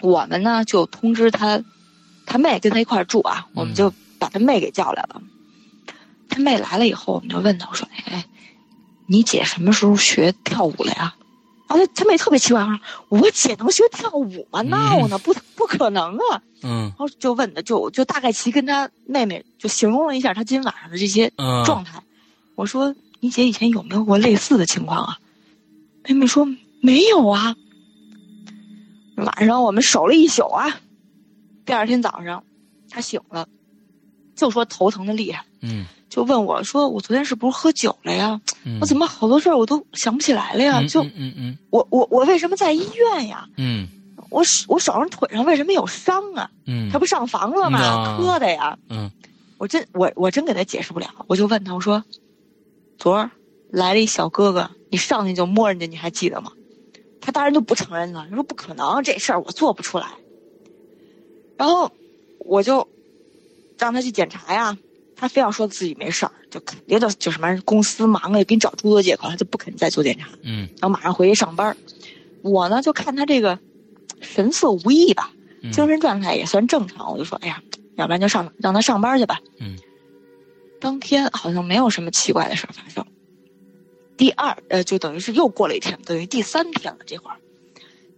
C: 我们呢就通知他，他妹跟他一块儿住啊，我们就把他妹给叫来了。他妹来了以后，我们就问他，我说：“哎，你姐什么时候学跳舞了呀？”然后他他妹特别奇怪，说：“我姐能学跳舞吗？闹呢，不不可能啊！”
A: 嗯
C: 然后就问的，就就大概其跟他妹妹就形容了一下他今晚上的这些
A: 嗯，
C: 状态。我说：“你姐以前有没有过类似的情况啊？”妹妹说：“没有啊。”晚上我们守了一宿啊，第二天早上，她醒了，就说头疼的厉害，
A: 嗯
C: 就问我说：“我昨天是不是喝酒了呀？
A: 嗯，
C: 我怎么好多事儿我都想不起来了呀？
A: 嗯
C: 就
A: 嗯嗯嗯
C: 我我我为什么在医院呀？
A: 嗯
C: 我手我手上腿上为什么有伤啊？
A: 嗯，
C: 他不上房了吗？
A: 嗯
C: 磕的呀！
A: 嗯
C: 我真我我真给他解释不了，我就问他，我说，昨儿来了一小哥哥，你上去就摸人家，你还记得吗？他当然就不承认了，他说不可能，这事儿我做不出来。然后我就让他去检查呀，他非要说自己没事儿，就肯定就就什么公司忙啊，给你找诸多借口，他就不肯再做检查。
A: 嗯
C: 然后马上回去上班儿。我呢就看他这个神色无异吧，
A: 嗯
C: 精神状态也算正常，我就说，哎呀，要不然就上让他上班去吧。
A: 嗯，
C: 当天好像没有什么奇怪的事儿发生。第二，呃，就等于是又过了一天，等于第三天了。这会儿，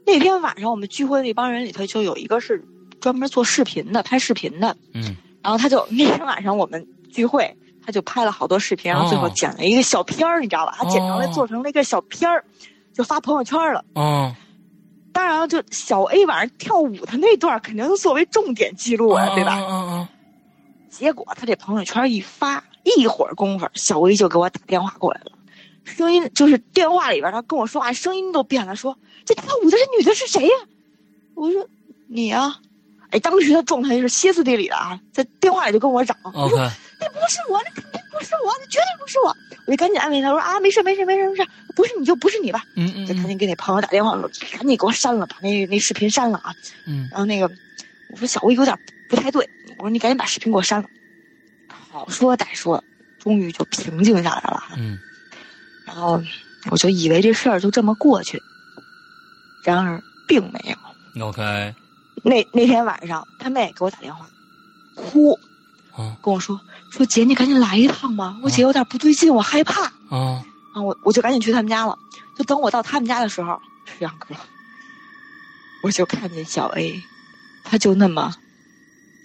C: 那天晚上我们聚会那帮人里头就有一个是专门做视频的，拍视频的。
A: 嗯
C: 然后他就那天晚上我们聚会，他就拍了好多视频，然后最后
A: 哦
C: 剪了一个小片儿，你知道吧？他剪成了
A: 哦
C: 做成了一个小片儿，就发朋友圈了。
A: 哦，
C: 当然，就小 A 晚上跳舞的那段儿肯定是作为重点记录
A: 哦
C: 啊，对吧？
A: 吧？
C: 结果他这朋友圈一发，一会儿功夫，小 A 就给我打电话过来了，声音就是电话里边他跟我说话声音都变了，说这跳舞的这女的是谁呀、我说你呀、哎，当时他状态就是歇斯底里的啊，在电话里就跟我嚷，我
A: 啊 OK，
C: 说那不是我，那肯定不是我，那绝对不是我，我就赶紧安慰他，我说啊，没事没事没事没事，不是你就不是你吧，
A: 嗯
C: 就赶
A: 嗯
C: 紧给那朋友打电话，我说赶紧给我删了，把那那视频删了啊。
A: 嗯
C: 然后那个我说小薇有点不太对，我说你赶紧把视频给我删了。好说歹说，终于就平静下来了啊。
A: 嗯
C: 然后我就以为这事儿就这么过去，然而并没有。
A: 嗯，OK，
C: 那那天晚上，他妹给我打电话，哭
A: 啊
C: 跟我说说姐，你赶紧来一趟吧，我姐有点不对劲，我害怕。
A: 啊
C: 啊，我我就赶紧去他们家了。就等我到他们家的时候，石阳哥，我就看见小 A，他就那么，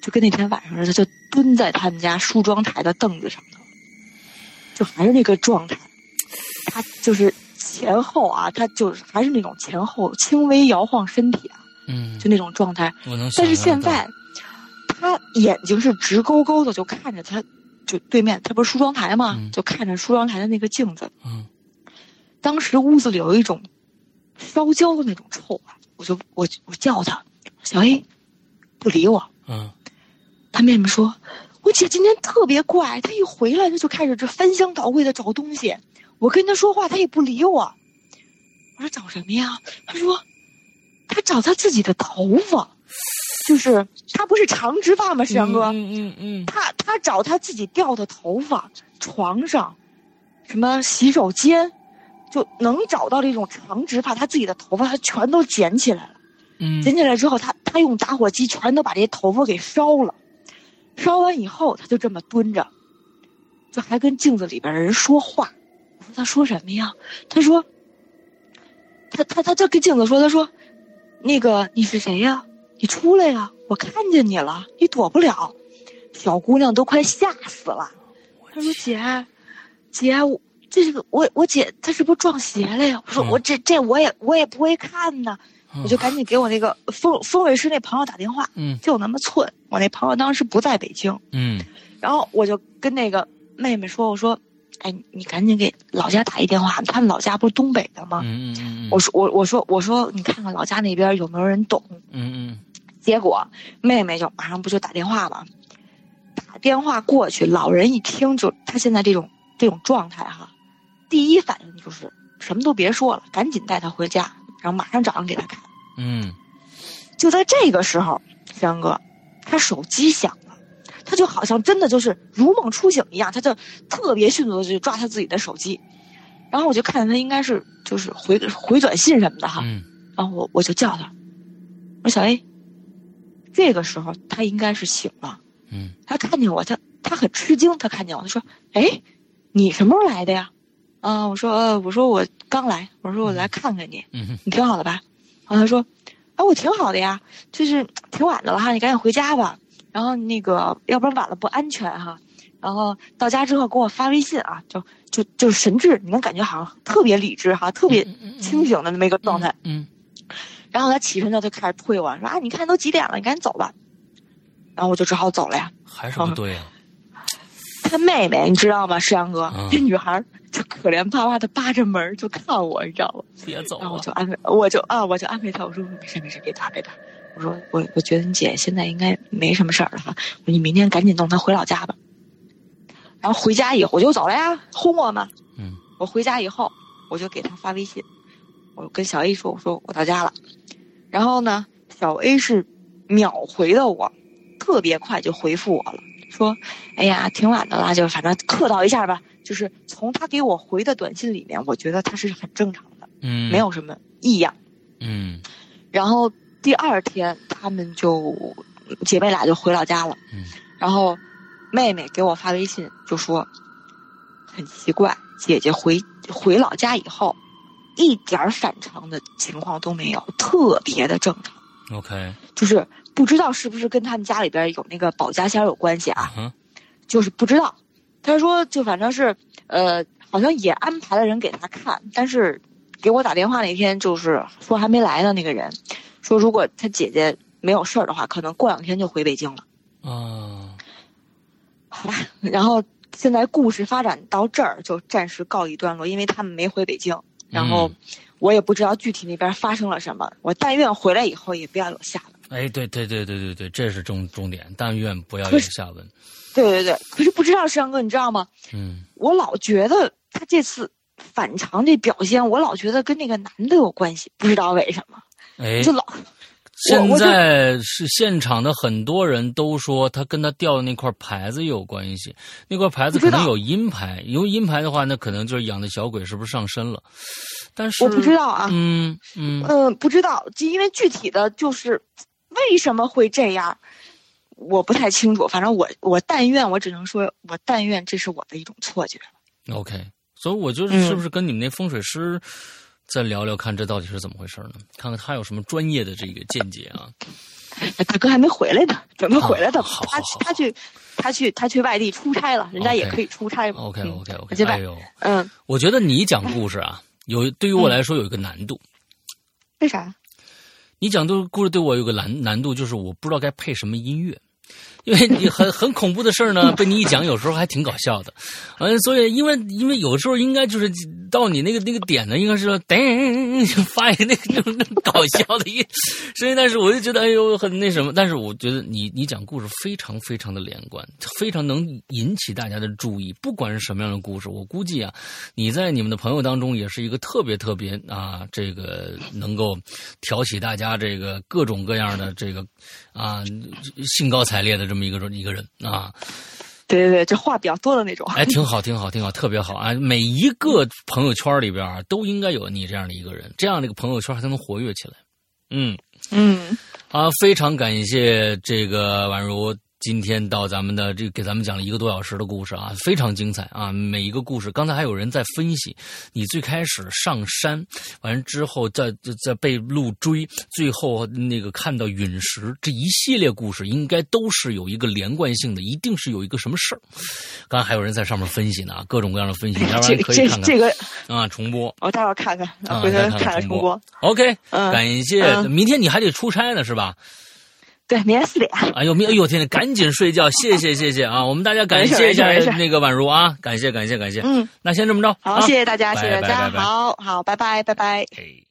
C: 就跟那天晚上似的，就蹲在他们家梳妆台的凳子上头，就还是那个状态。他就是前后啊，他就是还是那种前后轻微摇晃身体啊，
A: 嗯，
C: 就那种状态。
A: 我能想象得到。
C: 但是现在，他眼睛是直勾勾的，就看着他，就对面，他不是梳妆台嘛，
A: 嗯
C: 就看着梳妆台的那个镜子。
A: 嗯
C: 当时屋子里有一种烧焦的那种臭味，我就我我叫他小 A，不理我。
A: 嗯
C: 他妹妹说，我姐今天特别怪，她一回来她就开始这翻箱倒柜的找东西。我跟她说话，她也不理我。我说找什么呀？她说，她找她自己的头发，就是她不是长直发吗？石阳哥，
A: 嗯嗯嗯
C: 她她找她自己掉的头发，床上，什么洗手间，就能找到这种长直发，她自己的头发她全都捡起来了。
A: 嗯
C: 捡
A: 嗯
C: 起来之后，他他用打火机全都把这些头发给烧了，烧完以后，他就这么蹲着，就还跟镜子里边的人说话。我说他说什么呀？他说，他他他就跟镜子说，他说，那个你是谁呀？你出来呀！我看见你了，你躲不了。小姑娘都快吓死了。她说：“姐，姐，我这是个我我姐她是不是撞邪了呀？”我说：“
A: 嗯
C: 我这这我也我也不会看呢。”我就赶紧给我那个风风水师那朋友打电话，
A: 嗯
C: 就那么寸。我那朋友当时不在北京，
A: 嗯
C: 然后我就跟那个妹妹说：“我说，哎，你赶紧给老家打一电话，他们老家不是东北的吗？”
A: 嗯嗯，
C: 我说：“我我说我说，你看看老家那边有没有人懂？”
A: 嗯
C: 结果妹妹就马上不就打电话吗？打电话过去，老人一听就他现在这种这种状态哈，第一反应就是什么都别说了，赶紧带他回家，然后马上找人给他看。
A: 嗯嗯
C: 就在这个时候，江哥，他手机响了，他就好像真的就是如梦初醒一样，他就特别迅速的就抓他自己的手机，然后我就看见他应该是就是回回短信什么的哈，
A: 嗯
C: 然后我我就叫他，我说小 A，这个时候他应该是醒了，
A: 嗯
C: 他看见我，他他很吃惊，他看见我，他说，哎，你什么时候来的呀？嗯、我说呃，我说我刚来，我说我来看看你，
A: 嗯哼
C: 你挺好的吧？然后他说，啊，我挺好的呀，就是挺晚的了哈，你赶紧回家吧。然后那个，要不然晚了不安全哈。然后到家之后给我发微信啊，就就就是神智，你能感觉好像特别理智哈，特别清醒的那么一个状态。
A: 嗯
C: 然后他起身就就开始推我说啊，你看都几点了，你赶紧走吧。然后我就只好走了呀。
A: 还是不对啊，
C: 他妹妹，你知道吗？石阳哥，
A: 啊
C: 这女孩儿就可怜巴巴的扒着门儿就看我，你知道吗？
A: 别走
C: 然后我
A: 了，
C: 就安慰，我就啊，我就安慰她，我说没事没事，别怕别怕。我说我我觉得你姐现在应该没什么事儿了哈，我说你明天赶紧弄她回老家吧。然后回家以后我就走了呀，轰我嘛。
A: 嗯，
C: 我回家以后我就给她发微信，我跟小 A 说，我说我到家了。然后呢，小 A 是秒回的我，特别快就回复我了，说哎呀挺晚的啦，就反正客套一下吧。就是从他给我回的短信里面，我觉得他是很正常的。
A: 嗯，
C: 没，有什么异样。
A: 嗯
C: 然后第二天，她们就姐妹俩就回老家了。
A: 嗯
C: 然后妹妹给我发微信就说，很奇怪，姐姐回回老家以后，一点儿反常的情况都没有，特别的正常，
A: ，OK，
C: 就是不知道是不是跟他们家里边有那个保家仙儿有关系啊
A: 啊？哈，
C: 就是不知道。他说就反正是呃，好像也安排了人给他看，但是给我打电话那天就是说还没来呢，那个人说如果他姐姐没有事儿的话，可能过两天就回北京了。
A: 啊，
C: 好吧，然后现在故事发展到这儿就暂时告一段落，因为他们没回北京，然后
A: 嗯
C: 我也不知道具体那边发生了什么。我但愿回来以后也不要有下文。
A: 哎，对对对对对对，这是重重点，但愿不要有
C: 可是
A: 下文，
C: 对对对，可是不知道山哥，你知道吗？
A: 嗯
C: 我老觉得他这次反常这表现，我老觉得跟那个男的有关系，不知道为什么，
A: 哎，
C: 就老我
A: 现
C: 我就
A: 在是现场的很多人都说他跟他掉的那块牌子有关系，那块牌子可
C: 不
A: 能
C: 知道
A: 有阴牌，有阴牌的话，那可能就是养的小鬼是不是上身了？但是
C: 我不知道啊，
A: 嗯嗯
C: 嗯、不知道，就因为具体的就是为什么会这样，我不太清楚。反正我我但愿，我只能说，我但愿这是我的一种错觉。
A: ，OK，所以我就是
C: 嗯
A: 是不是跟你们那风水师再聊聊看这到底是怎么回事呢？看看他有什么专业的这个见解啊？
C: 哎大哥还没回来呢，准备回来的，
A: 啊好
C: 他
A: 好好
C: 他去他去他去外地出差了，人家也
A: OK
C: 可以出差嘛。
A: OK
C: 嗯
A: OK
C: 我
A: OK，
C: 去外
A: 哎呦，
C: 嗯，
A: 我觉得你讲故事啊，有对于我来说有一个难度。
C: 为啥？
A: 你讲的故事对我有个难难度，就是我不知道该配什么音乐， 因为你很很恐怖的事儿呢，被你一讲，有时候还挺搞笑的。嗯，所以因为因为有时候应该就是到你那个那个点呢，应该是说噔就发一个那个那种搞笑的音， 所以但是我就觉得哎呦很那什么，但是我觉得你你讲故事非常非常的连贯，非常能引起大家的注意，不管是什么样的故事，我估计啊，你在你们的朋友当中也是一个特别特别啊，这个能够挑起大家这个各种各样的这个啊兴高采烈的这么一个一个人啊，
C: 对对对，这话比较多的那种。
A: 哎，挺好，挺好，挺好，特别好啊！每一个朋友圈里边啊都应该有你这样的一个人，这样的一个朋友圈才能活跃起来。嗯，
C: 嗯，
A: 啊，非常感谢这个宛如今天到咱们的这给咱们讲了一个多小时的故事啊，非常精彩啊！每一个故事，刚才还有人在分析，你最开始上山，完了之后再再再被鹿追，最后那个看到陨石，这一系列故事应该都是有一个连贯性的，一定是有一个什么事儿。刚才还有人在上面分析呢，啊各种各样的 分析，要不
C: 这
A: 然
C: 个
A: 可以
C: 这
A: 看看、
C: 这个
A: 啊重播。
C: 我哦待会儿看看，
A: 啊
C: 回头
A: 再看看
C: 看看
A: 重播
C: 重播。
A: OK，、
C: 嗯
A: 感谢、
C: 嗯
A: 明天你还得出差呢是吧？
C: 对，明天四点。
A: 哎呦，明哎呦天呐，赶紧睡 觉，谢谢谢谢啊！我们大家感
C: 没事
A: 谢一下
C: 没事没事
A: 那个宛如啊，感谢感谢感谢。
C: 嗯，
A: 那先这么着，
C: 好，
A: 啊、
C: 谢谢大家，
A: 拜
C: 谢谢大
A: 拜
C: 家，
A: 拜拜
C: 好好，拜拜，拜拜。
A: 哎